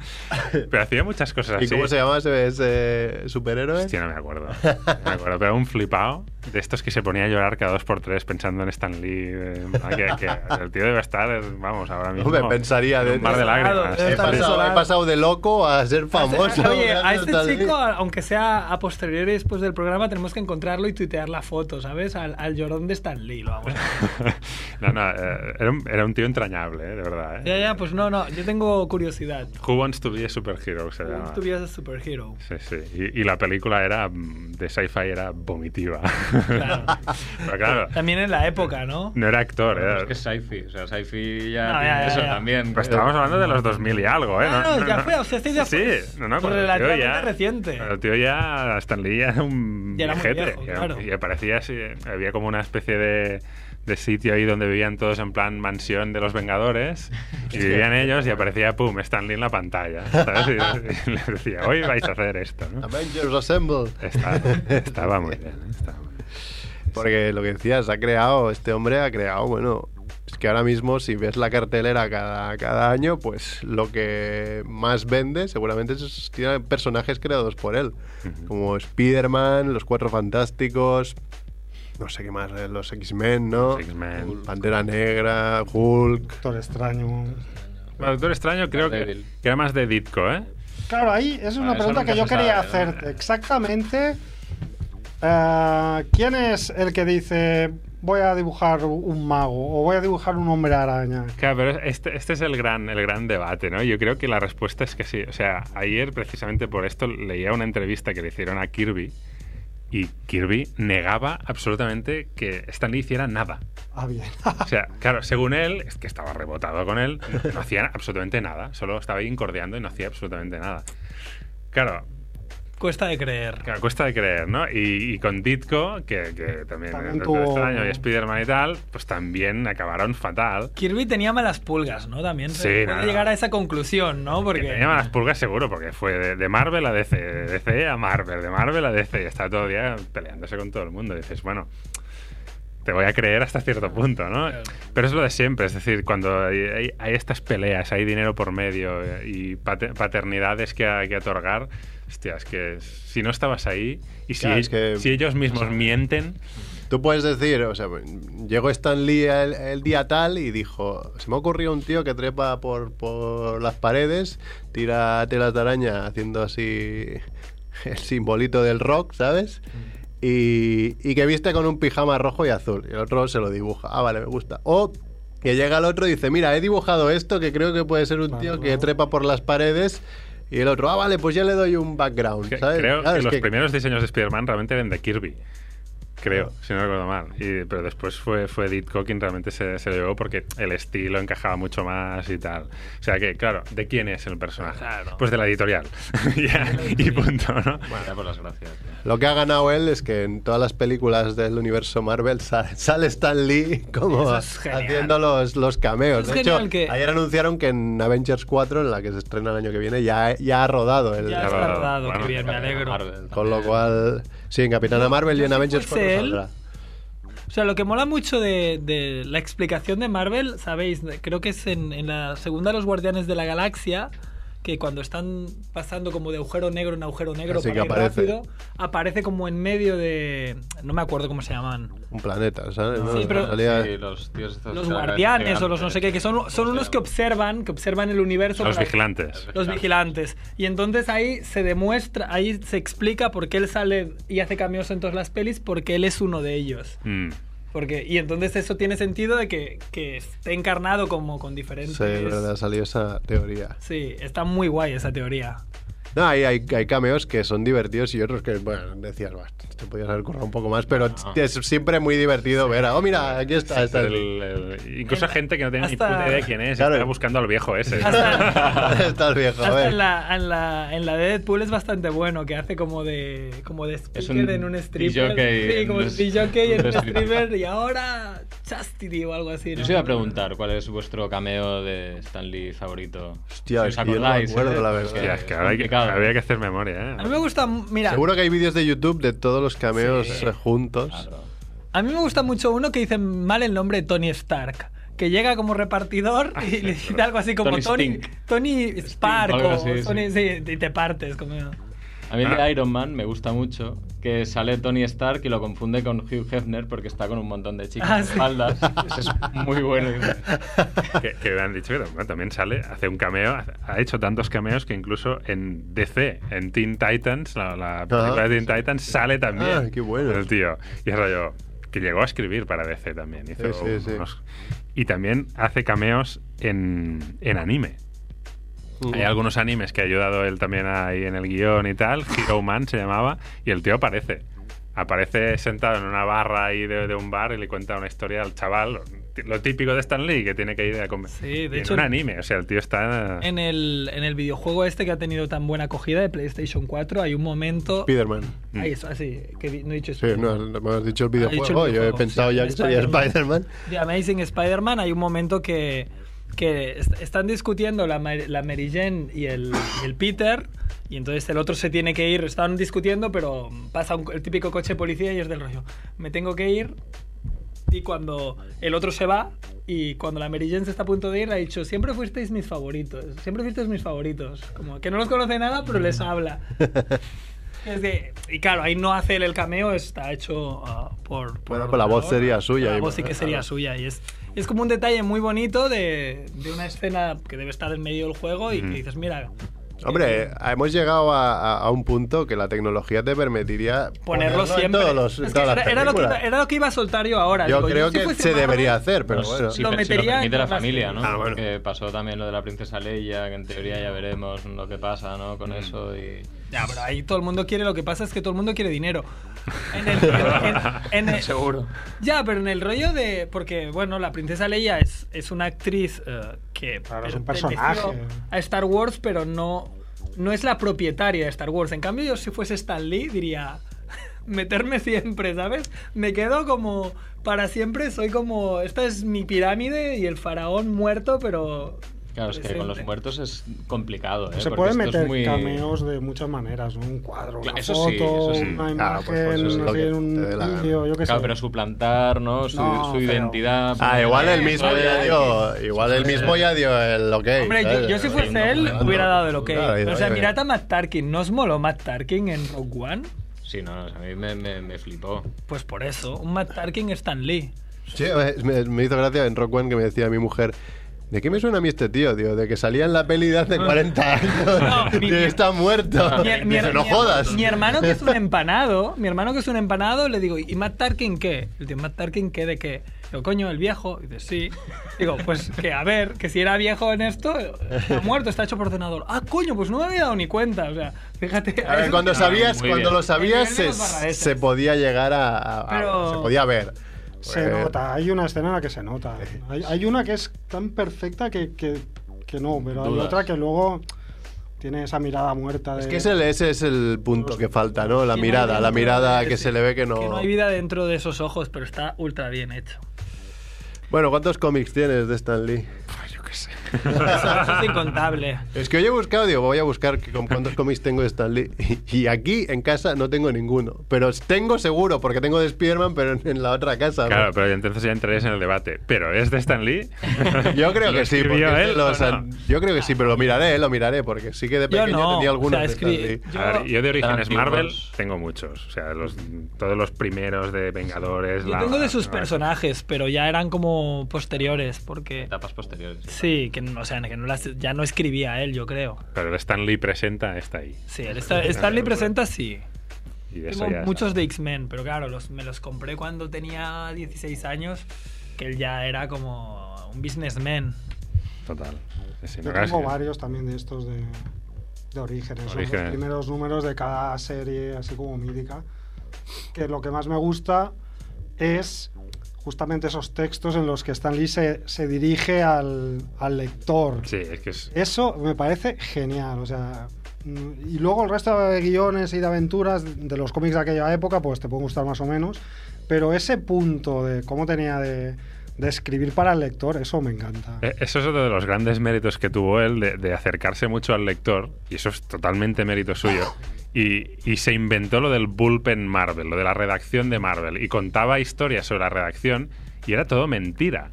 F: Pero hacía muchas cosas así.
B: ¿Y cómo se llama ese, ese superhéroe?
F: Ah, Hostia, no me acuerdo. No me acuerdo, pero un flipado de estos que se ponía a llorar cada dos por tres pensando en Stan Lee. eh, que, que el tío debe estar, eh, vamos, ahora mismo.
B: Hombre, pensaría
F: en
B: de-
F: un mar de lágrimas.
D: Debe
B: He
D: estar
B: pasado,
D: desolado.
B: he pasado de loco a ser famoso.
D: Oye, a
B: gracias,
D: este
B: Stan Lee.
D: chico, aunque sea a posteriori después del programa, tenemos que encontrarlo y tuitear la foto, ¿sabes? Al, al llorón de Stan Lee, lo vamos. a-
F: no, no, eh, era, un, era un tío entrañable, eh, de verdad. eh.
D: Ya, ya, pues no, no, yo tengo curiosidad.
F: Who wants to be a superhero? Se llama.
D: Tú eres superhero.
F: Sí, sí. Y, y la película era mm, de sci-fi era vomitiva.
D: Claro.
F: Pero claro,
D: También en la época, ¿no?
F: no era actor,
A: Pero
D: pues
F: era.
A: es que es sci-fi. O sea, sci-fi ya
D: No,
A: tiene
D: ya, ya,
A: eso
D: ya.
A: también.
F: Pues
A: que-
F: estábamos hablando de los 2000 y algo, ¿eh?
D: No, no, ya fue, o sea, este ya
F: sí,
D: fue
F: sí, no, no, cuando el tío
D: relativamente
F: ya-
D: reciente.
F: cuando El tío ya, Stan Lee ya era un
D: Ya era muy
F: viejete,
D: viejo,
F: ya-
D: claro.
F: Y aparecía así, había como una especie de, de sitio ahí donde vivían todos en plan mansión de los Vengadores. Y vivían ellos y aparecía, pum, Stan Lee en la pantalla, ¿sabes? Y, y les decía, hoy vais a hacer esto, ¿no?
B: Avengers Assemble.
F: Está- estaba muy bien, ¿eh? estaba muy bien.
B: Porque lo que decías, ha creado, este hombre ha creado, bueno, es que ahora mismo si ves la cartelera cada, cada año, pues lo que más vende seguramente es tiene personajes creados por él, como Spider-Man, Los Cuatro Fantásticos, no sé qué más, eh, los X-Men, ¿no?
F: X-Men.
B: Pantera Negra, Hulk.
C: Doctor Extraño.
F: Bueno, Doctor Extraño creo que,
A: Daredevil.
F: que era más de Ditko, ¿eh?
C: Claro, ahí es una
A: Ah, eso
C: pregunta
A: nunca
C: que yo
A: se
C: quería
A: sabe, ¿no?
C: hacerte. Exactamente. eh, ¿Quién es el que dice voy a dibujar un mago o voy a dibujar un hombre araña?
F: Claro, pero este, este es el gran, el gran debate, ¿no? Yo creo que la respuesta es que sí. O sea, ayer precisamente por esto leía una entrevista que le hicieron a Kirby y Kirby negaba absolutamente que Stan Lee hiciera nada.
C: Ah, bien.
A: Eh,
F: O sea, claro, según él, es que estaba rebotado con él, no hacía absolutamente nada. Solo estaba ahí incordiando y no hacía absolutamente nada. Claro,
D: Cuesta de creer.
F: Claro, cuesta de creer, ¿no? Y, y con Ditko, que, que también,
C: También
F: es
C: tuvo-
F: extraño, y Spider-Man y tal, pues también acabaron fatal.
D: Kirby tenía malas pulgas, ¿no? También
F: Sí,
D: se puede
F: nada.
D: llegar a esa conclusión, ¿no? Porque
F: Que tenía malas pulgas seguro, porque fue de, de Marvel a DC, de DC a Marvel, de Marvel a DC, y está todo el día peleándose con todo el mundo. Y dices, bueno, te voy a creer hasta cierto punto, ¿no?
D: Claro.
F: Pero es lo de siempre, es decir, cuando hay, hay- hay estas peleas, hay dinero por medio eh, y pate- paternidades que, a- que otorgar, hostia, es que si no estabas ahí y si,
B: Claro, es que-
F: si ellos mismos mienten...
B: Tú puedes decir, o sea, llegó Stan Lee el, el día tal y dijo, se me ha ocurrido un tío que trepa por, por las paredes, tira telas de araña haciendo así el simbolito del rock, ¿sabes? y, y que viste con un pijama rojo y azul. Y el otro se lo dibuja. Ah, vale, me gusta. O que llega el otro y dice, mira, he dibujado esto que creo que puede ser un tío que trepa por las paredes. Y el otro, ah, vale, pues ya le doy un background.
F: Que-
B: ¿sabes?
F: Creo
B: Claro,
F: que
B: es
F: los
B: que-
F: primeros diseños de Spider-Man realmente eran de Kirby. Creo,
B: Ah.
F: si no recuerdo mal. Y- pero después fue, fue Edith Cock quien realmente se, se lo llevó porque el estilo encajaba mucho más y tal. O sea que, claro, ¿de quién es el personaje?
A: Claro.
F: Pues de la editorial. Ya, y punto, ¿no?
A: Bueno, da por las gracias. tío.
B: Lo que ha ganado él es que en todas las películas del universo Marvel sale, sale Stan Lee como
D: Eso es genial.
B: haciendo los, los cameos.
D: Es
B: de hecho,
D: genial que-
B: ayer anunciaron que en Avengers 4, en la que se estrena el año que viene, ya, ya ha rodado el...
D: Ya
F: Ya
D: has
F: lo-
D: tardado,
F: bueno,
D: qué bien, me alegro.
A: Marvel
B: Con lo
A: también.
B: cual, sí, en Capitana Marvel y en
D: si
B: Avengers 4
D: fuese él-
B: saldrá.
D: O sea, lo que mola mucho de, de la explicación de Marvel, sabéis, De- creo que es en, en la segunda de los Guardianes de la Galaxia, que cuando están pasando como de agujero negro en agujero negro,
B: Así
D: para
B: que
D: ir
B: aparece.
D: rápido, aparece como en medio de... No me acuerdo cómo se llaman.
B: Un planeta, ¿sabes?
D: Sí,
B: No,
D: pero-
B: salía-
A: Sí, los tíos estos
D: Los
A: que eran
D: guardianes o los no sé qué, que son,
A: gigantes.
D: son unos que observan, que observan el universo.
F: Los
D: para-
F: vigilantes.
D: Los vigilantes. Y entonces ahí se demuestra, ahí se explica por qué él sale y hace cambios en todas las pelis, porque él es uno de ellos.
F: Mm.
D: Porque, y entonces eso tiene sentido de que, que esté encarnado como con diferentes...
B: Sí, es verdad, salió esa teoría.
D: Sí, está muy guay esa teoría.
B: No, hay, hay, hay cameos que son divertidos y otros que, bueno, decías, "Buah, te podías haber currado un poco más, pero es siempre muy divertido ver a, oh, mira, aquí está, está
F: El- el- incluso gente que no tenía
D: Hasta-
F: ni puta idea de quién es,
B: Claro.
F: estaba buscando al viejo ese.
D: Hasta-
B: Está el viejo, a
D: Hasta
B: ver.
D: en la, en, la, en la de Deadpool es bastante bueno, que hace como de, como de speaker
A: un
D: en un stripper.
A: DJ
D: sí,
A: en
D: como
A: un-
D: de jockey en
A: un
D: un
A: stripper.
D: stripper y ahora Chastity o algo así.
A: Yo
D: ¿no?
A: os iba a preguntar cuál es vuestro cameo de Stan Lee favorito.
B: Hostia,
A: si
B: es
A: os
B: que yo no me
A: acordáis.
B: acuerdo,
A: ¿eh?
B: la verdad.
F: Hostia, es que ahora hay que-
A: complicado.
F: había que hacer memoria, ¿eh?
D: A mí me gusta, mira,
B: Seguro que hay vídeos de YouTube de todos los cameos eh, juntos.
A: Claro.
D: a mí me gusta mucho uno que dice mal el nombre de Tony Stark. Que llega como repartidor
A: Ah,
D: y le dice algo así como
A: Tony
D: Tony,
A: Stink.
D: Tony Spark
A: algo
D: o
A: así, sí.
D: Tony, sí, y te partes. Como...
A: A mí el
F: Ah.
A: de Iron Man me gusta mucho, que sale Tony Stark y lo confunde con Hugh Hefner porque está con un montón de chicas
D: Ah,
A: en
D: sí.
A: espaldas. Eso es muy bueno.
F: que, que me han dicho que bueno, también sale, hace un cameo, ha hecho tantos cameos que incluso en DC, en Teen Titans, la, la película de Teen Titans, sale también.
B: Ah, qué bueno.
F: El tío. Y es rollo, que llegó a escribir para DC también. hizo
B: Sí, sí, sí.
F: unos- Y también hace cameos en, en anime. Hay algunos animes que ha ayudado él también ahí en el guión y tal. Hero Man se llamaba. Y el tío aparece. Aparece sentado en una barra ahí de, de un bar y le cuenta una historia al chaval. Lo típico de Stan Lee, que tiene que ir a convencer.
D: Sí, de
F: en
D: hecho-
F: un anime. O sea, el tío está.
D: En el, en el videojuego este que ha tenido tan buena acogida de PlayStation 4 hay un momento...
B: Spider-Man.
D: Ahí, eso, así, que di- no he dicho
B: Sí,
D: Spider-Man.
B: no, no me has dicho el
D: Ha dicho el
B: videojuego. Yo he
D: videojuego,
B: pensado
D: sí,
B: ya que sería
D: Spider-Man.
B: Spider-Man.
D: De Amazing Spider-Man hay un momento que, que est- están discutiendo la, Mar- la Mary Jane y el, y el Peter, y entonces el otro se tiene que ir. Están discutiendo, pero pasa un co- el típico coche de policía y es del rollo. Me tengo que ir. Y cuando el otro se va, y cuando la Mary Jane se está a punto de ir, ha dicho: Siempre fuisteis mis favoritos, siempre fuisteis mis favoritos. Como que no los conoce nada, pero
B: Mm.
D: les habla. Es de- y claro, ahí no hace él el cameo, está hecho ah, por, por.
B: Bueno, pues la voz
D: ordenador.
B: sería suya,
D: La
B: y-
D: voz sí que sería suya. Y es, es como un detalle muy bonito de, de una escena que debe estar en medio del juego y que dices, mira.
B: Hombre, hemos llegado a, a- a un punto que la tecnología te permitiría
D: Ponerlo
B: en
D: siempre.
B: todos los-
D: Es que
B: todas
D: era,
B: las
D: era lo que,
B: películas.
D: iba- era lo que iba a soltar yo ahora.
B: Yo
D: Digo,
B: creo
D: si
B: que
D: fuese
B: se
D: Marvel,
B: debería hacer, pero
A: Pues
B: bueno.
A: sí,
D: Lo
A: pero si
D: metería
A: permite la
D: en las
A: familia, ¿no?
D: series.
B: Ah, bueno.
A: Que pasó también lo de la princesa Leia, que en teoría ya veremos lo que pasa, ¿no?
F: Mm.
A: Con eso y...
D: Ya, pero ahí todo el mundo quiere, lo que pasa es que todo el mundo quiere dinero. En el- en- en el-
A: Seguro.
D: Ya, pero en el rollo de. Porque, bueno, la princesa Leia es, es una actriz eh, que.
C: Claro, es
D: per-
C: un personaje.
D: perteneció A Star Wars, pero no. No es la propietaria de Star Wars. En cambio, yo si fuese Stan Lee diría. Meterme siempre, ¿sabes? Me quedo como. Para siempre soy como. Esta es mi pirámide y el faraón muerto, pero.
A: Claro, es que con los
D: presente".
A: muertos es complicado, ¿eh?
C: Se
A: Porque
C: pueden
A: esto es
C: meter
A: muy-
C: cameos de muchas maneras, ¿no? Un cuadro,
A: Claro,
C: una
A: eso
C: foto,
A: sí, eso sí.
C: una
B: Claro,
C: imagen,
B: pues, pues, eso es lo
C: así,
B: que
C: un
B: te dé la gana.
C: vídeo, yo qué
A: Claro,
C: sé.
A: pero suplantar, ¿no? Su,
C: No,
A: su
C: feo.
A: identidad. pues, eh,
B: Ah, igual
A: el
B: él mismo ya dio, igual él mismo ya dio el ok.
D: Hombre, yo,
B: ¿sabes?
D: yo si
A: no,
D: fuese él,
A: no, no,
D: hubiera
A: no,
D: dado el ok.
B: claro,
D: O sea,
B: oye.
D: mirad a Matt Tarkin. ¿No os moló Matt Tarkin en Rogue One?
A: Sí, no, no, o sea, a mí me, me, me flipó.
D: Pues por eso. Un Matt Tarkin Stan Lee.
B: Sí, me, me hizo gracia en Rock One que me decía mi mujer, ¿De qué me suena a mí este tío, tío? De que salía en la peli de hace 40 años.
D: Ah. No, mi-
B: de
D: mi-
B: está muerto.
D: Mi, mi-
B: Dice, no
D: mi-
B: jodas.
D: Mi hermano que es un empanado, mi hermano que es un empanado, le digo, ¿y Matt Tarkin qué? El tío, ¿Matt Tarkin qué? ¿De qué? Digo, coño, el viejo. Dice, sí. Digo, pues que a ver, que si era viejo en esto, está muerto, está hecho por ordenador. Ah, coño, pues no me había dado ni cuenta. O sea, fíjate.
B: A ver, cuando
F: Ah,
B: sabías,
F: muy
B: cuando
F: bien.
B: lo sabías,
D: El nivel
B: se,
D: de los barrabeses.
B: se podía llegar a, a- a-
D: Pero-
B: se podía ver.
C: Se
B: Pues,
C: nota, hay una escena en la que se nota. Hay, hay una que es tan perfecta que, que- que no, pero hay
A: Dudas.
C: otra que luego tiene esa mirada muerta de...
B: Es que es el- ese es el punto que falta, ¿no? La
D: Que no hay
B: mirada, la
D: dentro,
B: mirada
D: sí,
B: que se le ve que no.
D: Que no hay vida dentro de esos ojos, pero está ultra bien hecho.
B: Bueno, ¿cuántos cómics tienes de Stan Lee?
F: yo qué sé.
D: Eso eso es incontable.
B: Es que hoy he buscado, digo, voy a buscar que con cuántos cómics tengo de Stan Lee. Y, y aquí en casa no tengo ninguno. Pero tengo seguro, porque tengo de Spiderman, pero en, en la otra casa. ¿no?
F: Claro, pero entonces ya entrarías en el debate. ¿Pero es de Stan Lee?
B: Yo creo
F: ¿Lo
B: que sí, porque
F: escribió
B: es de
F: él o
B: los
F: no?
B: an- yo creo que sí, pero lo miraré, lo miraré, porque sí que de
D: Yo
B: pequeño tenía
D: no. o sea,
B: algunos de Stan
D: escri-
B: Lee.
D: yo-
F: A ver, yo de orígenes
A: Tarantino.
F: Marvel tengo muchos. O sea, los- todos los primeros de Vengadores.
D: yo
F: la-
D: tengo de sus
F: la-
D: personajes, pero ya eran como posteriores, porque...
A: Etapas posteriores.
D: Sí, que no, o sea, que no las- ya no escribía él, yo creo.
F: Pero el Stan Lee presenta está ahí.
D: Sí, el Star- Stanley presenta sí.
F: Y de eso
D: Tengo
F: ya
D: muchos de X-Men, pero claro, los, me los compré cuando tenía 16 años, que él ya era como un businessman.
F: Total. Sí, no,
C: Yo
F: gracias.
C: tengo varios también de estos de, de orígenes, ¿no?
F: Orígenes.
C: los primeros números de cada serie, así como mítica. Que lo que más me gusta es justamente esos textos en los que Stan Lee se, se dirige al, al lector.
F: Sí, es que es.
C: Eso me parece genial, o sea... mm, Y luego el resto de guiones y de aventuras de los cómics de aquella época, pues te pueden gustar más o menos. Pero ese punto de cómo tenía de, de escribir para el lector, eso me encanta.
F: eh, Eso es otro de los grandes méritos que tuvo él de, de acercarse mucho al lector, y eso es totalmente mérito suyo. Y, y se inventó lo del bullpen Marvel, lo de la redacción de Marvel, y contaba historias sobre la redacción, y era todo mentira.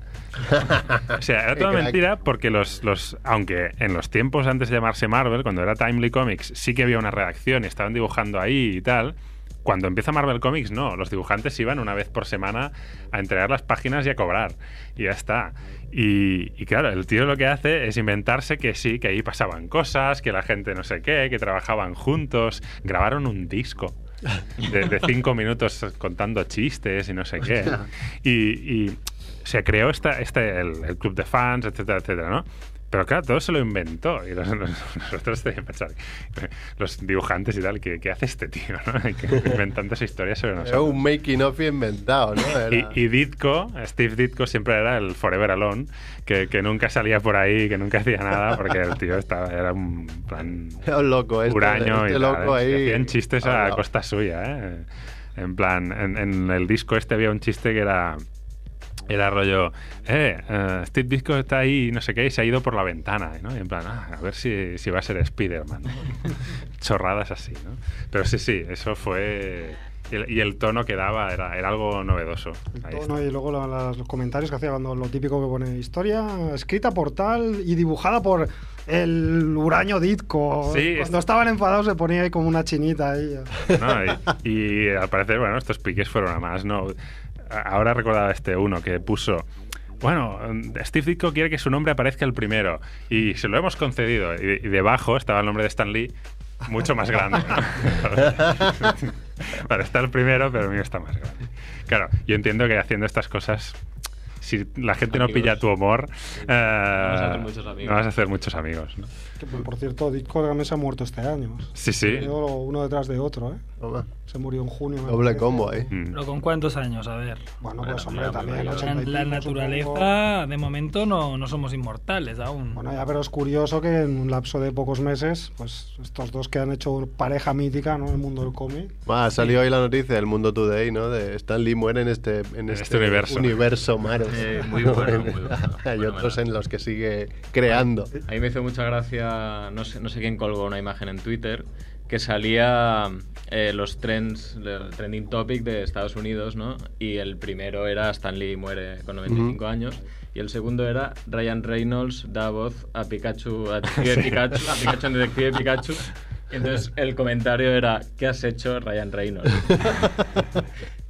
F: O sea, era
B: Qué
F: toda
B: crack.
F: mentira porque los, los. Aunque en los tiempos antes de llamarse Marvel, cuando era Timely Comics, sí que había una redacción y estaban dibujando ahí y tal. Cuando empieza Marvel Comics, no. Los dibujantes iban una vez por semana a entregar las páginas y a cobrar. Y ya está. Y, y claro, el tío lo que hace es inventarse que sí, que ahí pasaban cosas, que la gente no sé qué, que trabajaban juntos. Grabaron un disco de, de cinco minutos contando chistes y no sé qué. Y, y se creó esta, este, el, el club de fans, etcétera, etcétera, ¿no? Pero claro, todo se lo inventó. Y los- los- nosotros teníamos que pensar, los dibujantes y tal, ¿qué, qué hace este tío? ¿no? Y que Inventan esas historias sobre
B: Era
F: nosotros.
B: un making of inventado, ¿no?
F: Y,
B: Era-
F: y Ditko, Steve Ditko siempre era el Forever Alone, que, que nunca salía por ahí, que nunca hacía nada, porque el tío estaba, era un plan
B: Era un loco, este,
F: Uraño
B: este
F: y
B: loco
F: tal, ¿eh?
B: ahí. Ah,
F: Que Hacían chistes a
B: Hola.
F: costa suya, ¿eh? En plan, en, en el disco este había un chiste que era. Era rollo, eh, eh, Steve Disco está ahí, no sé qué, y se ha ido por la ventana, ¿no? Y en plan, ah, a ver si, si va a ser Spider-Man. ¿no? Chorradas así, ¿no? Pero sí, sí, eso fue. Y el, y el tono que daba era, era algo novedoso.
C: El
F: Ahí
C: tono
F: está.
C: y luego la- las- los comentarios que hacía cuando lo típico que pone historia escrita por tal y dibujada por el uraño Ditko.
F: Sí,
C: cuando
F: es-
C: estaban enfadados se ponía ahí como una chinita ahí.
F: ¿no? Y, y al parecer, bueno, estos piques fueron a más, ¿no? A- Ahora recordaba este uno que puso. Bueno, mm, Steve Ditko quiere que su nombre aparezca el primero y se lo hemos concedido. Y, y debajo estaba el nombre de Stan Lee, mucho más grande. ¿no? Vale, está el primero, pero el mío está más grande. Claro, yo entiendo que haciendo estas cosas, si la gente no
A: Amigos.
F: pilla tu humor, eh, no
A: vas a hacer muchos amigos.
F: vas a hacer muchos amigos, ¿no?
C: Que, por, por cierto, Ditko también se ha muerto este año.
F: Sí, sí.
C: Se murió uno detrás de otro, ¿eh?
B: Toma,
C: Se murió en junio. me
B: Doble
C: parece.
B: combo ahí.
F: Mm.
D: Pero con cuántos años, a ver.
C: Bueno,
A: Bueno,
C: pues hombre,
A: mira,
C: también.
A: mira,
D: La,
C: 80 y
D: la
C: pico, supongo.
D: naturaleza, de momento, no, no somos inmortales aún.
C: Bueno, ya, pero es curioso que en un lapso de pocos meses, pues estos dos que han hecho pareja mítica, ¿no? En el mundo del cómic.
B: Ah, salió hoy la noticia del Mundo Today, ¿no? De Stan Lee muere en este, en
F: este universo.
B: universo Marvel.
A: Eh, muy bueno, muy bueno.
B: Hay
A: Bueno,
B: otros
A: bueno.
B: en los que sigue creando.
A: A mí me hizo mucha gracia, no sé, no sé quién colgó una imagen en Twitter, que salía eh, los trends, el trending topic de Estados Unidos, ¿no? Y el primero era Stan Lee muere con 95 años, y el segundo era Ryan Reynolds da voz a Pikachu, a Detective Pikachu, a Pikachu en Detective Pikachu. Y entonces el comentario era, ¿qué has hecho Ryan Reynolds?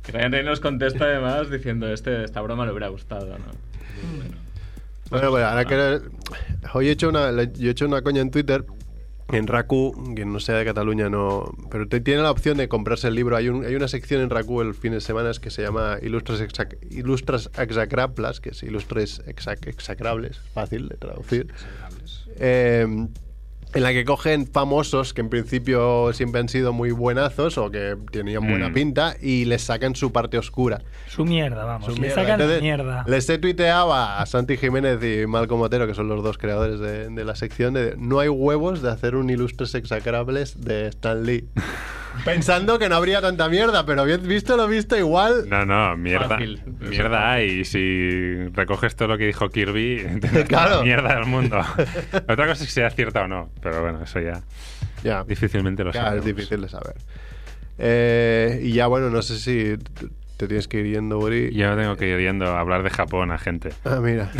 A: Y Ryan Reynolds contesta además diciendo, este, esta broma le hubiera gustado, ¿no?
B: Bueno, bueno, ahora que. Hoy he hecho una, le- yo he hecho una coña en Twitter. En Raku, quien no sea de Cataluña, no. Pero te- tiene la opción de comprarse el libro. Hay, un- hay una sección en Raku el fin de semana que se llama Ilustres, Exac- Ilustres Exacraplas, que es Ilustres Exac- Exacrables, fácil de traducir. Eh, en la que cogen famosos que en principio siempre han sido muy buenazos o que tenían buena
F: Mm.
B: pinta y les sacan su parte oscura.
D: Su mierda, vamos.
B: Su
D: Le
B: Pues mierda.
D: sacan la
B: Entonces,
D: mierda.
B: Les he tuiteaba a Santi Jiménez y Malcom Otero, que son los dos creadores de, de la sección, de no hay huevos de hacer un ilustres exacrables de Stan Lee. Pensando que no habría tanta mierda, pero bien visto lo visto, igual
F: No, no, mierda.
A: Fácil.
F: Mierda hay. Y si recoges todo lo que dijo Kirby, tendrás
B: Claro.
F: la mierda del mundo. Otra cosa es que sea cierta o no, pero bueno, eso ya
B: ya,
F: difícilmente lo
B: claro,
F: sabemos.
B: es difícil de saber. Eh, y ya, bueno, no sé si t- te tienes que ir yendo, Uri.
F: Yo tengo que ir yendo a hablar de Japón a gente.
B: Ah, mira.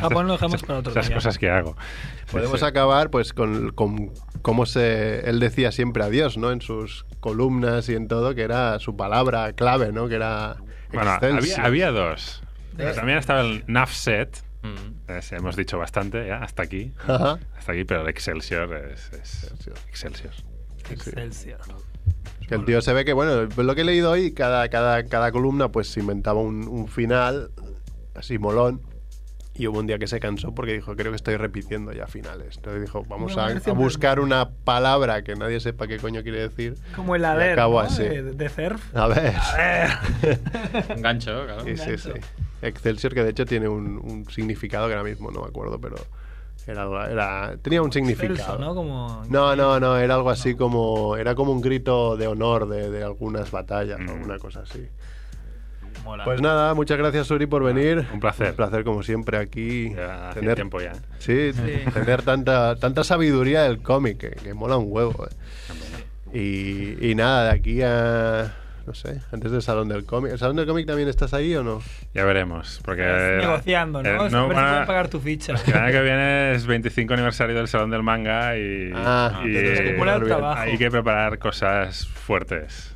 D: Japón lo Ah, dejamos para otro
F: Esas
D: día.
F: cosas que hago. Sí,
B: Podemos
F: sí.
B: acabar pues con, con cómo se, él decía siempre adiós, ¿no? En sus columnas y en todo, que era su palabra clave, ¿no? Que era
F: Bueno,
B: extensio.
F: había, había dos.
D: Eh.
F: Pero también estaba el Nafset.
A: Mm.
F: es- hemos dicho bastante ya, hasta aquí.
B: Ajá.
F: Hasta aquí, pero el Excelsior es, es- Excelsior.
D: Excelsior.
B: Que el tío se ve que, bueno, pues lo que he leído hoy, cada, cada, cada columna pues se inventaba un, un final así molón. Y hubo un día que se cansó porque dijo, creo que estoy repitiendo ya finales. Entonces dijo, vamos
D: Bueno,
B: a,
D: a ver si
B: a
D: me-
B: buscar una palabra que nadie sepa qué coño quiere decir.
D: Como el
B: Y
D: ADER.
B: acabo
D: ¿no?
B: así.
D: De, de surf.
B: A ver.
A: Un gancho, claro.
B: Sí, sí, sí.
D: gancho.
B: Excelsior, que de hecho tiene un, un significado que ahora mismo no me acuerdo, pero era, era- tenía un significado.
D: Excelso, ¿no? Como...
B: No, no, no, era algo así como. Era como un grito de honor de, de algunas batallas
F: Mm.
B: o alguna cosa así.
D: Mola.
B: Pues nada, muchas gracias, Uri, por venir.
F: un placer.
B: Un placer, como siempre, aquí.
F: Ya hace
B: tener,
F: tiempo ya.
B: Sí,
D: Sí.
B: tener tanta, tanta sabiduría del cómic, que, que mola un huevo. eh. Y, y nada, de aquí a. No sé, antes del Salón del Cómic. ¿El Salón del Cómic también estás ahí o no?
F: Ya veremos. Porque,
D: Estás negociando, ¿no? Siempre
F: eh,
D: se
F: van a-
D: pueden pagar tu ficha.
F: El año que viene es 25 aniversario del Salón del Manga y,
B: Ah,
F: y,
B: entonces,
F: eh,
D: acumula el
B: bien.
D: trabajo.
F: hay que preparar cosas fuertes.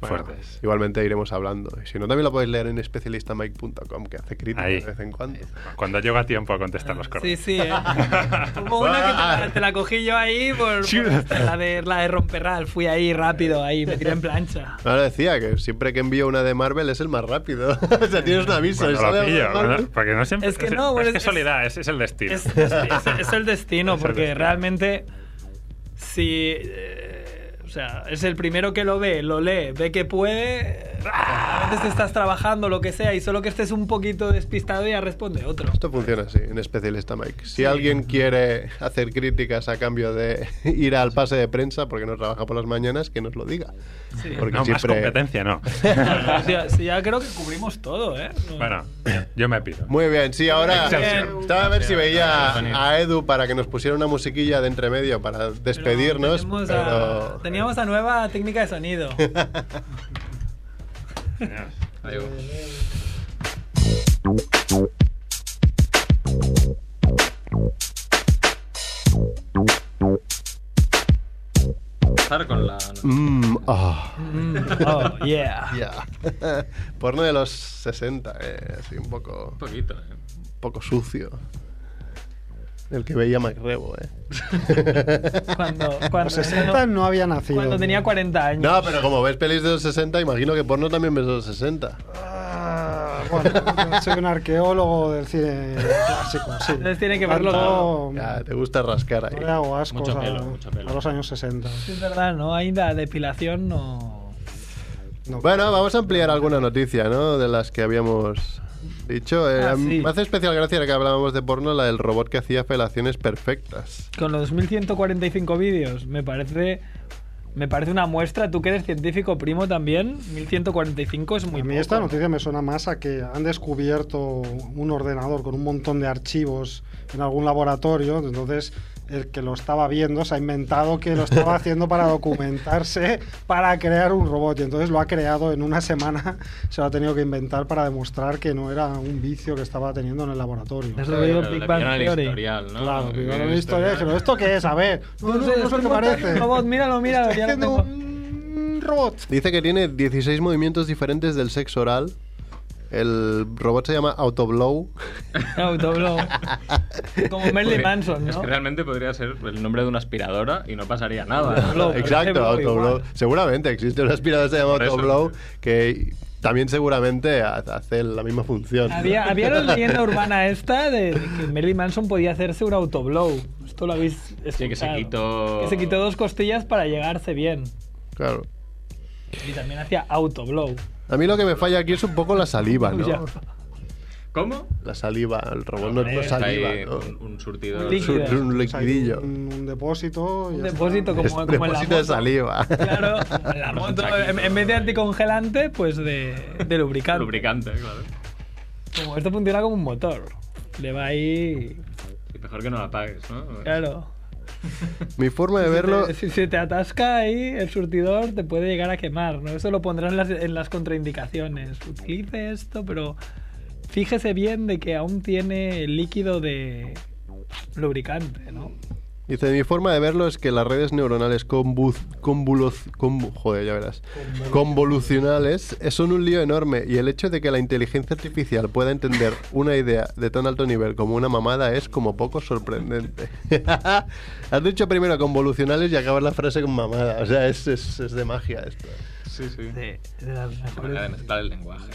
F: fuertes.
B: pues, Igualmente iremos hablando. Y si no, también lo podéis leer en especialistamike.com, que hace crítica
F: Ahí.
B: de vez en cuando.
F: Cuando llega tiempo a contestar los
D: Sí,
F: correos.
D: sí, ¿eh? Hubo una que te la, te la cogí yo ahí por,
F: Sí.
D: por la, de, la de romperral. Fui ahí rápido, ahí, me tiré en plancha.
B: Ahora decía que siempre que envío una de Marvel es el más rápido. o sea, tienes un aviso.
F: Cuando
B: esa
F: lo
B: de
F: pillo,
B: Marvel.
F: cuando- porque no siempre-
D: Es que no, bueno,
F: es, que
D: es-
F: soledad, es, es el destino.
D: Es, es- es- es el destino,
F: Es el
D: porque
F: destino.
D: realmente si... eh, o sea, es el primero que lo ve, lo lee, ve que puede... A veces estás trabajando, lo que sea, y solo que estés un poquito despistado ya responde otro.
B: Esto funciona así, en especialista Mike. Si alguien quiere hacer críticas a cambio de ir al pase de prensa porque no trabaja por las mañanas, que nos lo diga.
D: Sí.
B: Porque
F: no, más
B: siempre...
F: competencia, no.
D: O sea, sí, ya creo que cubrimos todo, ¿eh? No-
F: bueno, yo me pido.
B: Muy bien, sí, ahora
F: Excelsior.
B: estaba a ver si veía a Edu para que nos pusiera una musiquilla de entre medio para
D: Pero
B: despedirnos.
D: tenemos a-
B: pero-
D: teníamos la nueva técnica de sonido.
A: Adiós. Estar con la...
B: Mm, ah.
D: Mm, oh, yeah.
B: Ya. Porno de los 60, eh, así un poco,
A: Un poquito, eh.
B: poco sucio. El que veía MacRebo, eh.
D: Cuando,
C: Los
D: cuando,
C: 60 no había nacido.
D: cuando tenía 40 años.
B: No, pero como ves pelis de los 60, imagino que porno también ves de los 60.
C: Ah, bueno, yo soy un arqueólogo del cine clásico, sí.
D: Entonces tiene que
C: Por
D: verlo
C: tanto,
B: Ya, te gusta rascar
C: No le
B: ahí.
C: hago ascos
A: Mucho
C: a,
A: pelo, mucho pelo.
C: a los años 60.
D: Sí, Es verdad, ¿no? Ahí la depilación no...
C: No.
B: Bueno, vamos a ampliar alguna noticia, ¿no? De las que habíamos dicho. Eh,
D: Ah,
B: a mí
D: sí.
B: Me hace especial gracia que hablábamos de porno, la del robot que hacía felaciones perfectas.
D: Con los 1145 vídeos, me parece... Me parece una muestra, tú que eres científico primo también, 1145 es muy
C: a mí
D: poco.
C: esta noticia me suena más a que han descubierto un ordenador con un montón de archivos en algún laboratorio, entonces el que lo estaba viendo se ha inventado que lo estaba haciendo para documentarse, para crear un robot, y entonces lo ha creado en una semana, se lo ha tenido que inventar para demostrar que no era un vicio que estaba teniendo en el laboratorio.
D: Es Ah,
A: Pero
D: lo que digo,
A: le
D: Big Bang
A: pillaron el
D: Theory.
A: historial, ¿no?
C: Claro,
A: Le
C: primero
A: pillaron
C: la
A: el
C: historia, eh, pero
A: historial.
C: ¿esto qué es? A ver, no, no, no es lo que parece.
D: Robot, míralo, míralo.
C: Estoy
D: ya lo
C: haciendo
D: tengo.
C: un Mm, robot.
B: Dice que tiene 16 movimientos diferentes del sexo oral. El robot se llama Autoblow.
D: Autoblow. Como Merlin Manson,
A: Es
D: ¿no?
A: que realmente podría ser el nombre de una aspiradora y no pasaría nada.
D: Blow, por
B: Exacto,
D: ejemplo,
B: Autoblow.
D: igual.
B: Seguramente existe una aspiradora que se llama
A: Por eso.
B: Autoblow que también seguramente ha- hace la misma función.
D: Había, había la leyenda urbana esta de, de que Marilyn Manson podía hacerse un autoblow. Esto lo habéis escuchado.
A: Sí, que se quitó-
D: Que se quitó dos costillas para llegarse bien.
B: Claro.
D: Y también hacía autoblow.
B: A mí lo que me falla aquí es un poco la saliva,
D: Ya.
B: Ah, ¿no?
A: ¿Cómo?
B: La saliva, el robot no, no
A: Hombre, está ahí
B: saliva, ¿no?
A: un, un surtidor.
B: Es un- es un
C: Pues hay
B: liquidillo.
C: Un, un depósito. y
D: Un
C: ya está.
D: depósito como,
B: Es
D: como
B: un
D: en la
B: depósito de
D: moto.
B: saliva.
D: Claro, en la moto, en, en vez de anticongelante, pues de, de lubricante.
A: Lubricante, claro.
D: Como esto funciona como un motor. Le va ahí.
A: Y mejor que no la apagues, ¿no?
D: Claro.
B: Mi forma de verlo.
D: Si te- Si se te atasca ahí, el surtidor te puede llegar a quemar, ¿no? Eso lo pondrán en las, en las contraindicaciones. Utilice esto, pero fíjese bien de que aún tiene líquido de lubricante, ¿no?
B: Dice, mi forma de verlo es que las redes neuronales convuz, convuloz- convu- joder, ya verás, convolucionales eh, son un lío enorme y el hecho de que la inteligencia artificial pueda entender una idea de tan alto nivel como una mamada es como poco sorprendente. Has dicho primero convolucionales y acabas la frase con mamada, o sea, es, es- es de magia esto.
A: Sí, sí.
D: De, de las
A: Manera de
D: mejores.
A: mezclar el lenguaje.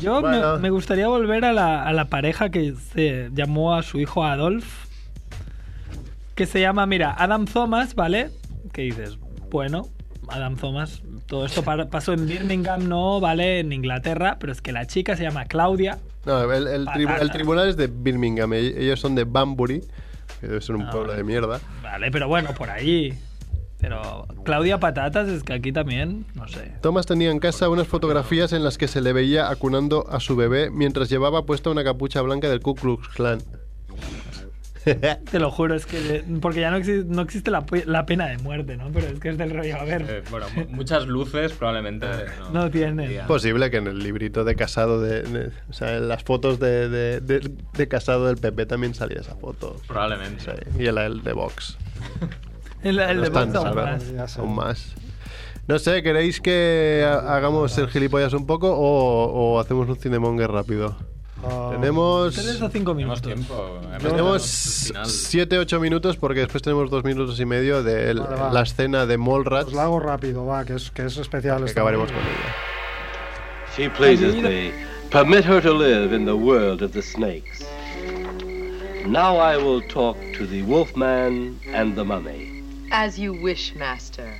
D: Yo me-
B: Bueno.
D: me, gustaría volver a la, a la pareja que se llamó a su hijo Adolf, que se llama, mira, Adam Thomas, ¿vale? Que dices, bueno, Adam Thomas, todo esto pa- pasó en Birmingham, no, ¿vale? En Inglaterra, pero es que la chica se llama Claudia.
B: No, el, el tri-
D: Patata.
B: el tribunal es de Birmingham, e- ellos son de Banbury, que debe ser un pueblo de mierda.
D: Vale, pero bueno, por allí. Pero Claudia Patatas es que aquí también, no sé.
B: Thomas tenía en casa unas fotografías en las que se le veía acunando a su bebé mientras llevaba puesta una capucha blanca del Ku Klux Klan.
D: Te lo juro, es que... de- porque ya no, exi- no existe la, pe- la pena de muerte, ¿no? Pero es que es del rollo, a ver...
A: Eh, bueno, mu- muchas luces probablemente no,
D: No tiene.
A: Ya.
B: Posible que en el librito de casado, de, de- o sea, en las fotos de, de- de- de casado del PP también salía esa foto.
A: Probablemente.
B: Sí, y el, el de Vox.
D: El, el
B: No
D: de
B: están
D: Boston
B: salvados.
D: Brass.
C: Ya sé.
B: Aún más. No sé, ¿queréis que ha- hagamos el gilipollas un poco o, o hacemos un cinemonger rápido?
C: Ah,
B: Tenemos...
D: Tres o cinco
A: Tenemos
D: minutos.
A: tiempo. además
B: Tenemos
A: final.
B: 7-8 minutos porque después tenemos 2 minutos y medio de el-
C: Vale, va.
B: la escena de Mallrats
C: Os la hago rápido, va, que es, que es especial.
B: que
C: esta
B: acabaremos con
C: noche.
G: She
B: ella.
G: pleases thee. Permit her to live in the world of the snakes. Now I will talk to the wolfman and the mummy.
H: As you wish, master.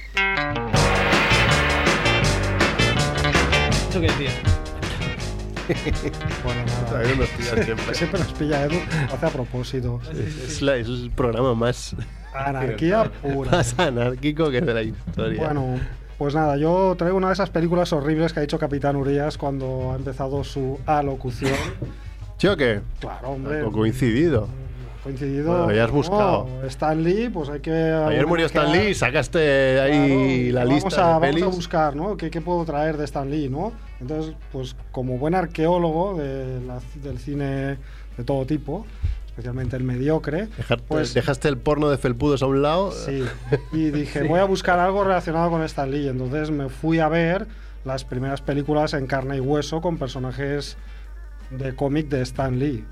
D: Eso que decir.
C: Bueno, nada.
B: Ahí nos pillan siempre.
C: Siempre nos pilla Edu, lo hace a propósito.
B: Es, la- es el programa más,
C: Anarquía pura.
B: más anárquico que de la historia.
C: Bueno, pues nada, yo traigo una de esas películas horribles que ha hecho Capitán Urias cuando ha empezado su alocución.
B: Choque,
C: Claro, hombre.
B: o coincidido.
C: Coincidido.
B: Bueno, ya has
C: ¿no?
B: buscado.
C: Stan Lee, pues hay que.
B: Ayer murió Stan Lee y sacaste ahí la
C: Claro, vamos
B: lista
C: a,
B: de
C: Vamos a
B: pelis.
C: buscar, pues ¿no? ¿Qué, qué puedo traer de Stan Lee, no? Entonces, pues como buen arqueólogo de la- del cine de todo tipo, especialmente el mediocre,
B: Dejarte-
C: pues
B: dejaste el porno de Felpudos a un lado.
C: Sí. Y dije, voy a buscar algo relacionado con Stan Lee. Entonces me fui a ver las primeras películas en carne y hueso con personajes de cómic de Stan Lee.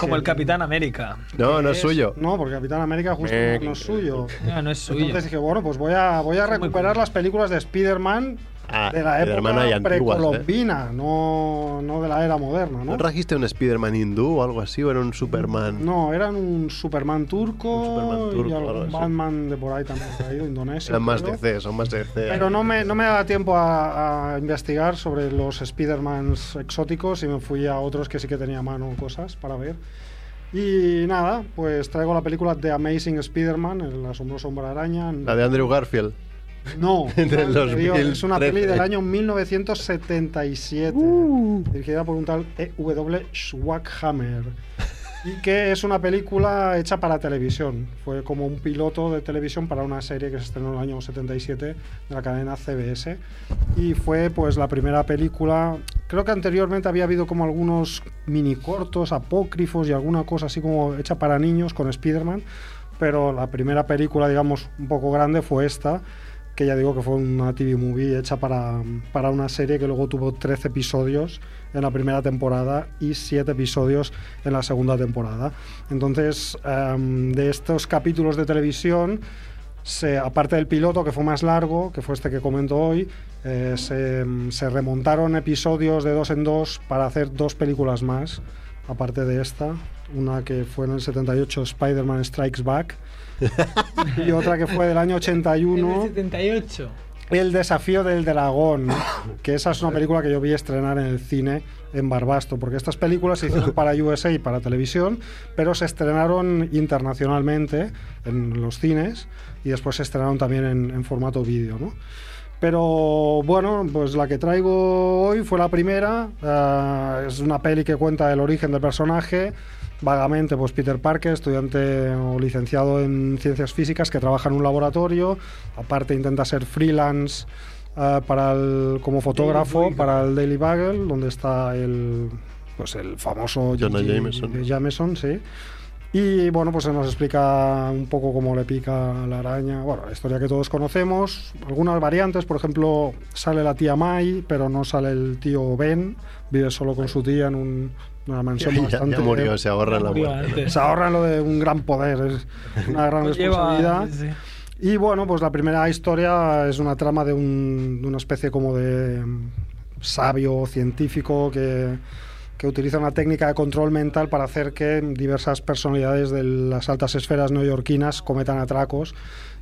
D: Como el Capitán América.
B: No, no es
C: Es-
B: suyo.
C: No, porque Capitán América justo
B: Eh,
C: no es suyo.
D: No, no es suyo.
C: Entonces dije, bueno, pues voy a, voy a recuperar las películas de Spider-Man
B: Ah,
C: de la
B: Spider-Man hay
C: época
B: antiguas, ¿eh?
C: precolombina, no, no de la era moderna,
B: ¿No
C: ¿no?
B: trajiste un Spider-Man hindú o algo así? ¿O era un Superman?
C: No, eran un Superman turco,
B: Un Superman
C: y
B: turco, algo
C: algún
B: así.
C: Batman de por ahí también traído, indonesio.
B: Eran más eh.
C: creo.
B: DC, son más DC.
C: Pero no me, no me daba tiempo a, a investigar sobre los Spider-Mans exóticos y me fui a otros que sí que tenía a mano cosas para ver. Y nada, pues traigo la película The Amazing Spider-Man, El asombroso hombre araña.
B: La de Andrew Garfield.
C: No,
B: de
C: la
B: los
C: anterior, es una
B: 2013.
C: peli del año 1977, dirigida por un tal E.W. Schwackhammer. Y que es una película hecha para televisión. Fue como un piloto de televisión para una serie que se estrenó en el año 77 de la cadena CBS. Y fue pues la primera película. Creo que anteriormente había habido como algunos mini cortos, apócrifos y alguna cosa así como hecha para niños con Spider-Man. Pero la primera película, digamos, un poco grande fue esta, que ya digo que fue una TV movie hecha para, para una serie que luego tuvo 13 episodios en la primera temporada y 7 episodios en la segunda temporada. Entonces, em, de estos capítulos de televisión, se- aparte del piloto, que fue más largo, que fue este que comento hoy, eh, se, se remontaron episodios de dos en dos para hacer dos películas más, aparte de esta, una que fue en el 78, Spider-Man Strikes Back, y otra que fue del año
D: En el
C: 81,
D: 78.
C: El desafío del dragón, que esa es una película que yo vi estrenar en el cine en Barbasto, porque estas películas se hicieron para USA y para televisión, pero se estrenaron internacionalmente en los cines y después se estrenaron también en, en formato vídeo, ¿no? Pero bueno, pues la que traigo hoy fue la primera. ah, es una peli que cuenta el origen del personaje. Vagamente, pues Peter Parker, estudiante o licenciado en ciencias físicas que trabaja en un laboratorio. Aparte intenta ser freelance ah, para el- como fotógrafo para el Daily Bugle, donde está el, pues el famoso
B: Jonah
C: J.J.
B: Jameson.
C: Jameson, sí. Y bueno, pues se nos explica un poco cómo le pica la araña. Bueno, la historia que todos conocemos. Algunas variantes, por ejemplo, sale la tía Mai, pero no sale el tío Ben. Vive solo con su tía en un- una mansión
B: Ya, ya
C: bastante.
B: murió, se ahorra la
D: Murió ¿eh?
B: muerte.
D: antes. Pues
C: Se ahorran lo de un gran poder, es una gran
D: Lleva-
C: responsabilidad.
D: sí, sí.
C: Y bueno, pues la primera historia es una trama de, un- de una especie como de mm, sabio científico que, que utiliza una técnica de control mental para hacer que diversas personalidades de las altas esferas neoyorquinas cometan atracos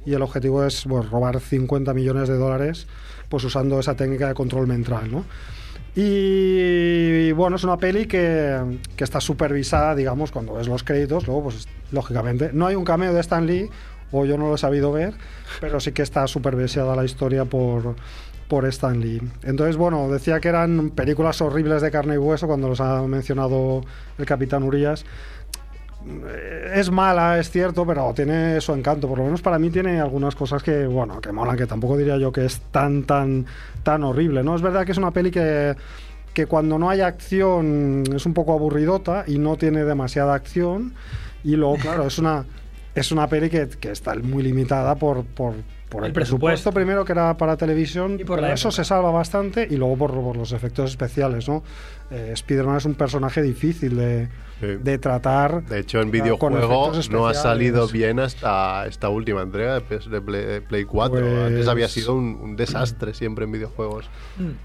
C: y el objetivo es pues, robar 50 millones de dólares pues usando esa técnica de control mental, ¿no? Y bueno, es una peli que, que está supervisada, digamos, cuando ves los créditos, luego, pues lógicamente, no hay un cameo de Stan Lee, o yo no lo he sabido ver, pero sí que está supervisada la historia por, por Stan Lee. Entonces, bueno, decía que eran películas horribles de carne y hueso cuando los ha mencionado el Capitán Urias. Eh, Es mala, es cierto, pero tiene su encanto. Por lo menos para mí tiene algunas cosas que, bueno, que molan, que tampoco diría yo que es tan, tan, tan horrible. ¿no? Es verdad que es una peli que, que cuando no hay acción es un poco aburridota y no tiene demasiada acción. Y luego, claro, es una, es una peli que, que está muy limitada por, por, por el,
D: El
C: presupuesto
D: presupuesto.
C: primero que era para televisión,
D: Y por
C: pero
D: la
C: eso
D: época.
C: se salva bastante y luego por, por los efectos especiales, ¿no? Eh, Spider-Man es un personaje difícil de,
B: Sí.
C: de tratar.
B: De hecho, en
C: Ah, Con
B: videojuego
C: efectos
B: no ha
C: especiales.
B: salido bien hasta esta última entrega de PS de Play, de Play 4.
C: Pues-
B: Antes había sido un, un desastre siempre en videojuegos.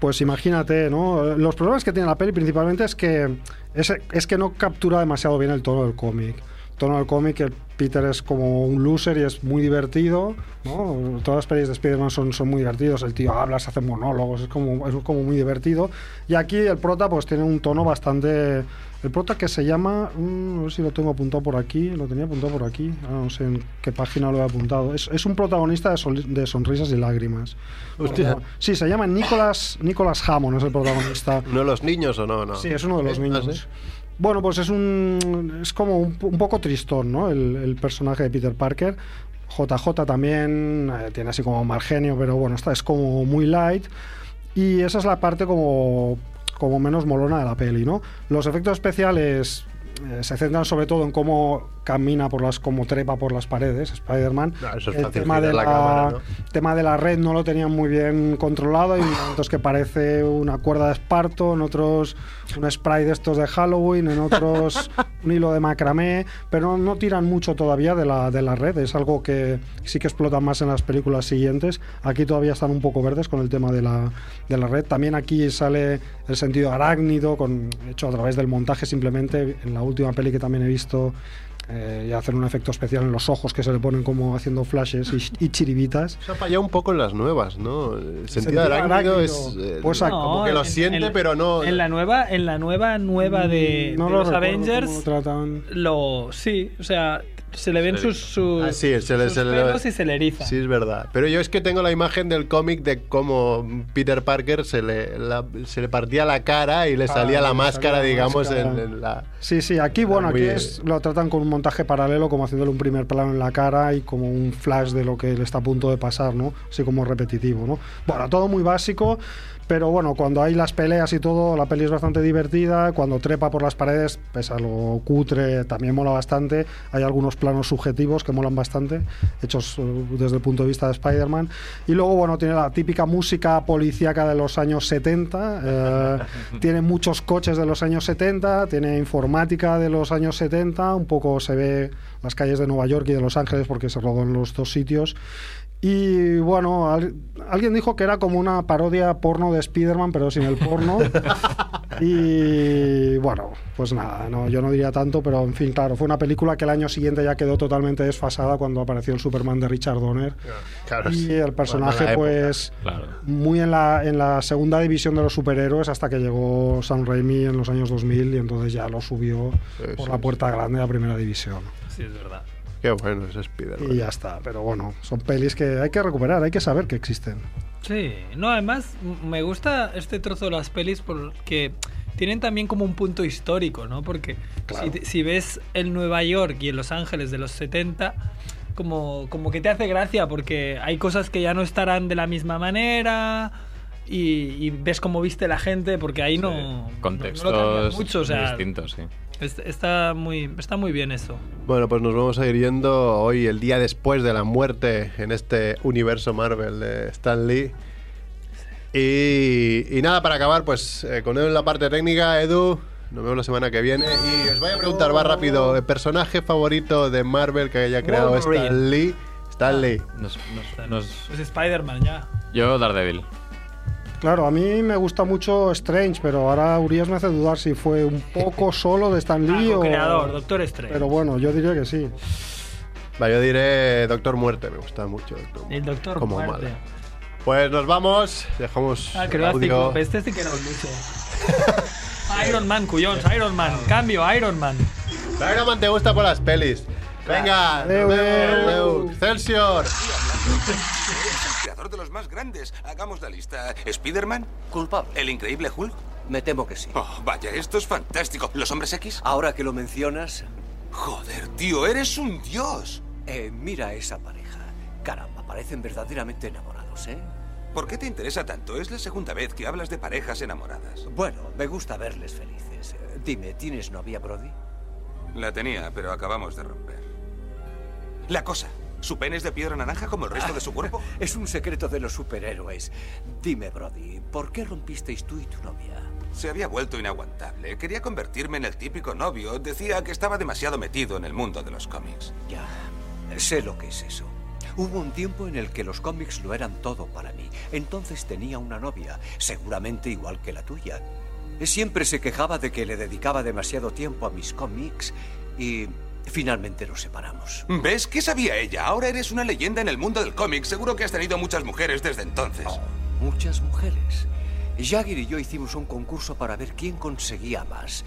C: Pues imagínate, ¿no? Los problemas que tiene la peli principalmente es que es, es que no captura demasiado bien el tono del cómic. El tono del cómic, el Peter es como un loser y es muy divertido, ¿no? Todas las pelis de Spider-Man son, son muy divertidos, el tío habla, se hace monólogos, es como, es como muy divertido. Y aquí el prota pues tiene un tono bastante... El prota que se llama, mm, a ver si lo tengo apuntado por aquí, lo tenía apuntado por aquí, ahora no sé en qué página lo he apuntado. Es, es un protagonista de, sol- de sonrisas y lágrimas.
B: Hostia.
C: Sí, se llama Nicolas, Nicolas Hammond, es el protagonista.
B: ¿Uno de los niños o no? no?
C: Sí, es uno de los
B: ¿Eh?
C: niños.
B: ¿Ah, sí?
C: Bueno, pues es un. Es como un, po- un poco tristón, ¿no? El, el personaje de Peter Parker. JJ también eh, tiene así como mal genio, pero bueno, esta es como muy light. Y esa es la parte como, como menos molona de la peli, ¿no? Los efectos especiales eh, se centran sobre todo en cómo camina por las, cómo trepa por las paredes, Spider-Man.
B: Ah, eso es
C: el
B: fácil,
C: tema de
B: girar
C: la,
B: la cámara, ¿no?
C: tema de la red no lo tenían muy bien controlado. Hay momentos que parece una cuerda de esparto, en otros un spray de estos de Halloween, en otros un hilo de macramé, pero no tiran mucho todavía de la, de la red. Es algo que sí que explota más en las películas siguientes. Aquí todavía están un poco verdes con el tema de la, de la red. También aquí sale el sentido arácnido, con, hecho a través del montaje simplemente. En la última peli que también he visto eh, y hacen un efecto especial en los ojos que se le ponen como haciendo flashes y, y chiribitas.
B: Se ha fallado un poco en las nuevas, ¿no? El
C: Sentido
B: sentido arácnido
C: arácnido.
B: es. eh,
C: Pues
B: no,
C: aquí-
B: como que
D: No,
B: lo
D: en-
B: siente,
D: en-
B: pero no.
D: En la nueva, en la nueva, nueva de,
C: Mm, No
D: de
C: lo
D: los
C: recuerdo
D: Avengers,
C: cómo lo tratan.
D: lo sí, o sea, se le ven
A: Se le-
D: sus, sus,
B: Ah, sí, se le-
D: sus
B: se le-
D: pelos y se le eriza.
B: Sí, es verdad. Pero yo es que tengo la imagen del cómic de cómo Peter Parker se le, la- se le partía la cara y le
C: Ah,
B: salía
C: le
B: la
C: salía
B: máscara,
C: la
B: digamos, en-
C: máscara.
B: En, la...
C: Sí, sí, aquí, bueno, aquí
B: Muy-
C: es- lo tratan con un montaje paralelo, como haciéndole un primer plano en la cara y como un flash de lo que le está a punto de pasar, ¿no? Así como repetitivo, ¿no? Bueno, todo muy básico, Pero bueno, cuando hay las peleas y todo, la peli es bastante divertida. Cuando trepa por las paredes, es algo cutre, también mola bastante. Hay algunos planos subjetivos que molan bastante, hechos eh, desde el punto de vista de Spider-Man. Y luego, bueno, tiene la típica música policíaca de los años 70. eh, tiene muchos coches de los años 70, tiene informática de los años 70. Un poco se ve las calles de Nueva York y de Los Ángeles porque se rodó en los dos sitios. Y bueno, al- alguien dijo que era como una parodia porno de Spider-Man, pero sin el porno. y bueno, pues nada, no, yo no diría tanto, pero en fin, claro, fue una película que el año siguiente ya quedó totalmente desfasada cuando apareció el Superman de Richard Donner.
B: Claro,
C: Y el personaje,
B: Bueno, en la época.
C: pues,
A: Claro.
C: muy en la, en la segunda división de los superhéroes hasta que llegó Sam Raimi en los años 2000 y entonces ya lo subió
B: Sí,
C: por
B: sí,
C: la puerta grande a la primera división.
D: Sí, es verdad.
B: Qué bueno es Spider-Man.
C: Y ya está, pero bueno, son pelis que hay que recuperar, hay que saber que existen.
D: Sí, no, además m- me gusta este trozo de las pelis porque tienen también como un punto histórico, ¿no? Porque
C: Claro.
D: si, si ves el Nueva York y el Los Ángeles de los 70, como, como que te hace gracia porque hay cosas que ya no estarán de la misma manera y, y ves cómo viste la gente porque ahí no... no- no lo
A: Contextos
D: cambian mucho, o sea,
A: distintos, sí.
D: es- está, muy, está muy bien eso.
B: Bueno, pues nos vamos a ir yendo hoy, el día después de la muerte en este universo Marvel de Stan Lee. Y, y nada, para acabar, pues eh, con él en la parte técnica, Edu, nos vemos la semana que viene. Y os voy a preguntar más rápido, el personaje favorito de Marvel que haya creado
D: Wolverine. Ah.
B: Stan Lee. Stan Lee.
A: Nos- nos- nos-
D: Es Spider-Man ya.
A: yo Daredevil.
C: Claro, a mí me gusta mucho Strange, pero ahora Urias me hace dudar si fue un poco solo de Stan Lee o...
D: creador, Doctor Strange.
C: Pero bueno, yo diría que sí.
B: Va, yo diré Doctor Muerte, me gusta mucho. Doctor Muerte.
D: El Doctor
B: Como
D: Muerte.
B: malo. Pues nos vamos, dejamos
D: Ah,
B: el
D: creo que
B: audio.
D: Este sí que no luce. Iron Man, cuyons, Iron Man. Cambio, Iron Man.
B: Iron Man te gusta por las pelis. Venga,
C: Adeu, adeu.
B: Leu, Excelsior.
I: creador de los más grandes. Hagamos la lista. ¿Spiderman?
J: Culpable.
I: ¿El increíble Hulk?
J: Me temo que sí.
I: Oh, vaya, esto es fantástico. ¿Los hombres X?
J: Ahora que lo mencionas,
I: Joder, tío, eres un dios.
J: eh, mira a esa pareja. Caramba, parecen verdaderamente enamorados, ¿eh?
I: ¿Por qué te interesa tanto? Es la segunda vez que hablas de parejas enamoradas.
J: Bueno, me gusta verles felices. Eh, Dime, ¿tienes novia, Brody?
I: La tenía, pero acabamos de romper. La cosa. ¿Su pene es de piedra naranja como el resto de su cuerpo?
J: Es un secreto de los superhéroes. Dime, Brody, ¿por qué rompisteis tú y tu novia?
I: Se había vuelto inaguantable. Quería convertirme en el típico novio. Decía que estaba demasiado metido en el mundo de los cómics.
J: Ya, sé lo que es eso. Hubo un tiempo en el que los cómics lo eran todo para mí. Entonces tenía una novia, seguramente igual que la tuya. Siempre se quejaba de que le dedicaba demasiado tiempo a mis cómics y finalmente nos separamos.
I: ¿Ves? ¿Qué sabía ella? Ahora eres una leyenda en el mundo del cómic. Seguro que has tenido muchas mujeres desde entonces.
J: Oh, Muchas mujeres. Jagger y yo hicimos un concurso para ver quién conseguía más.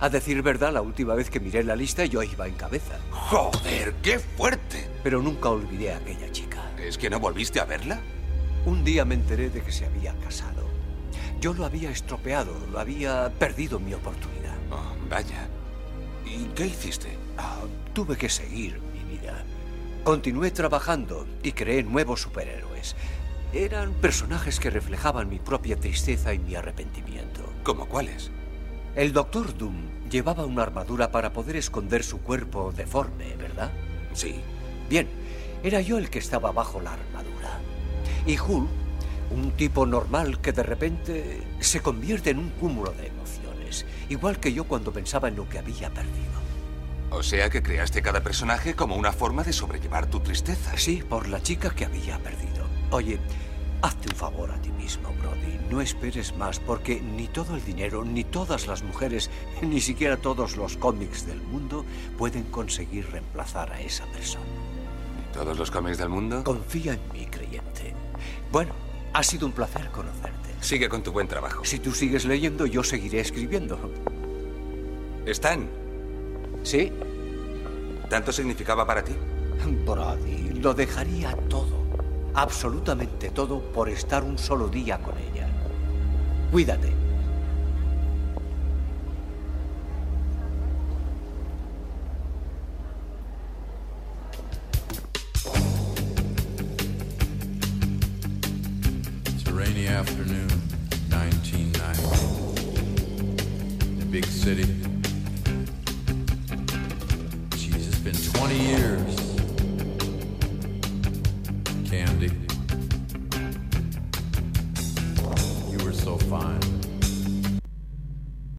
J: A decir verdad, la última vez que miré la lista yo iba en cabeza,
I: Joder, qué fuerte.
J: pero nunca olvidé a aquella chica.
I: ¿Es que no volviste a verla?
J: Un día me enteré de que se había casado. Yo lo había estropeado, lo había perdido mi oportunidad.
I: Oh, vaya. ¿Y qué hiciste?
J: Ah, tuve que seguir mi vida. Continué trabajando y creé nuevos superhéroes. Eran personajes que reflejaban mi propia tristeza y mi arrepentimiento.
I: ¿Cómo cuáles?
J: El Doctor Doom llevaba una armadura para poder esconder su cuerpo deforme, ¿verdad?
I: Sí.
J: Bien, era yo el que estaba bajo la armadura. Y Hulk, un tipo normal que de repente se convierte en un cúmulo de emociones, igual que yo cuando pensaba en lo que había perdido.
I: O sea que creaste cada personaje como una forma de sobrellevar tu tristeza.
J: Sí, por la chica que había perdido. Oye, hazte un favor a ti mismo, Brody. No esperes más porque ni todo el dinero, ni todas las mujeres, ni siquiera todos los cómics del mundo pueden conseguir reemplazar a esa persona.
I: ¿Todos los cómics del mundo?
J: Confía en mí, creyente. Bueno, ha sido un placer conocerte.
I: Sigue con tu buen trabajo.
J: Si tú sigues leyendo, yo seguiré escribiendo.
I: Stan,
J: ¿Sí?
I: ¿tanto significaba para ti?
J: Brody, lo dejaría todo, absolutamente todo, por estar un solo día con ella. Cuídate.
K: It's a rainy afternoon.
A: big city. Jeez, it's been 20 years. Candy.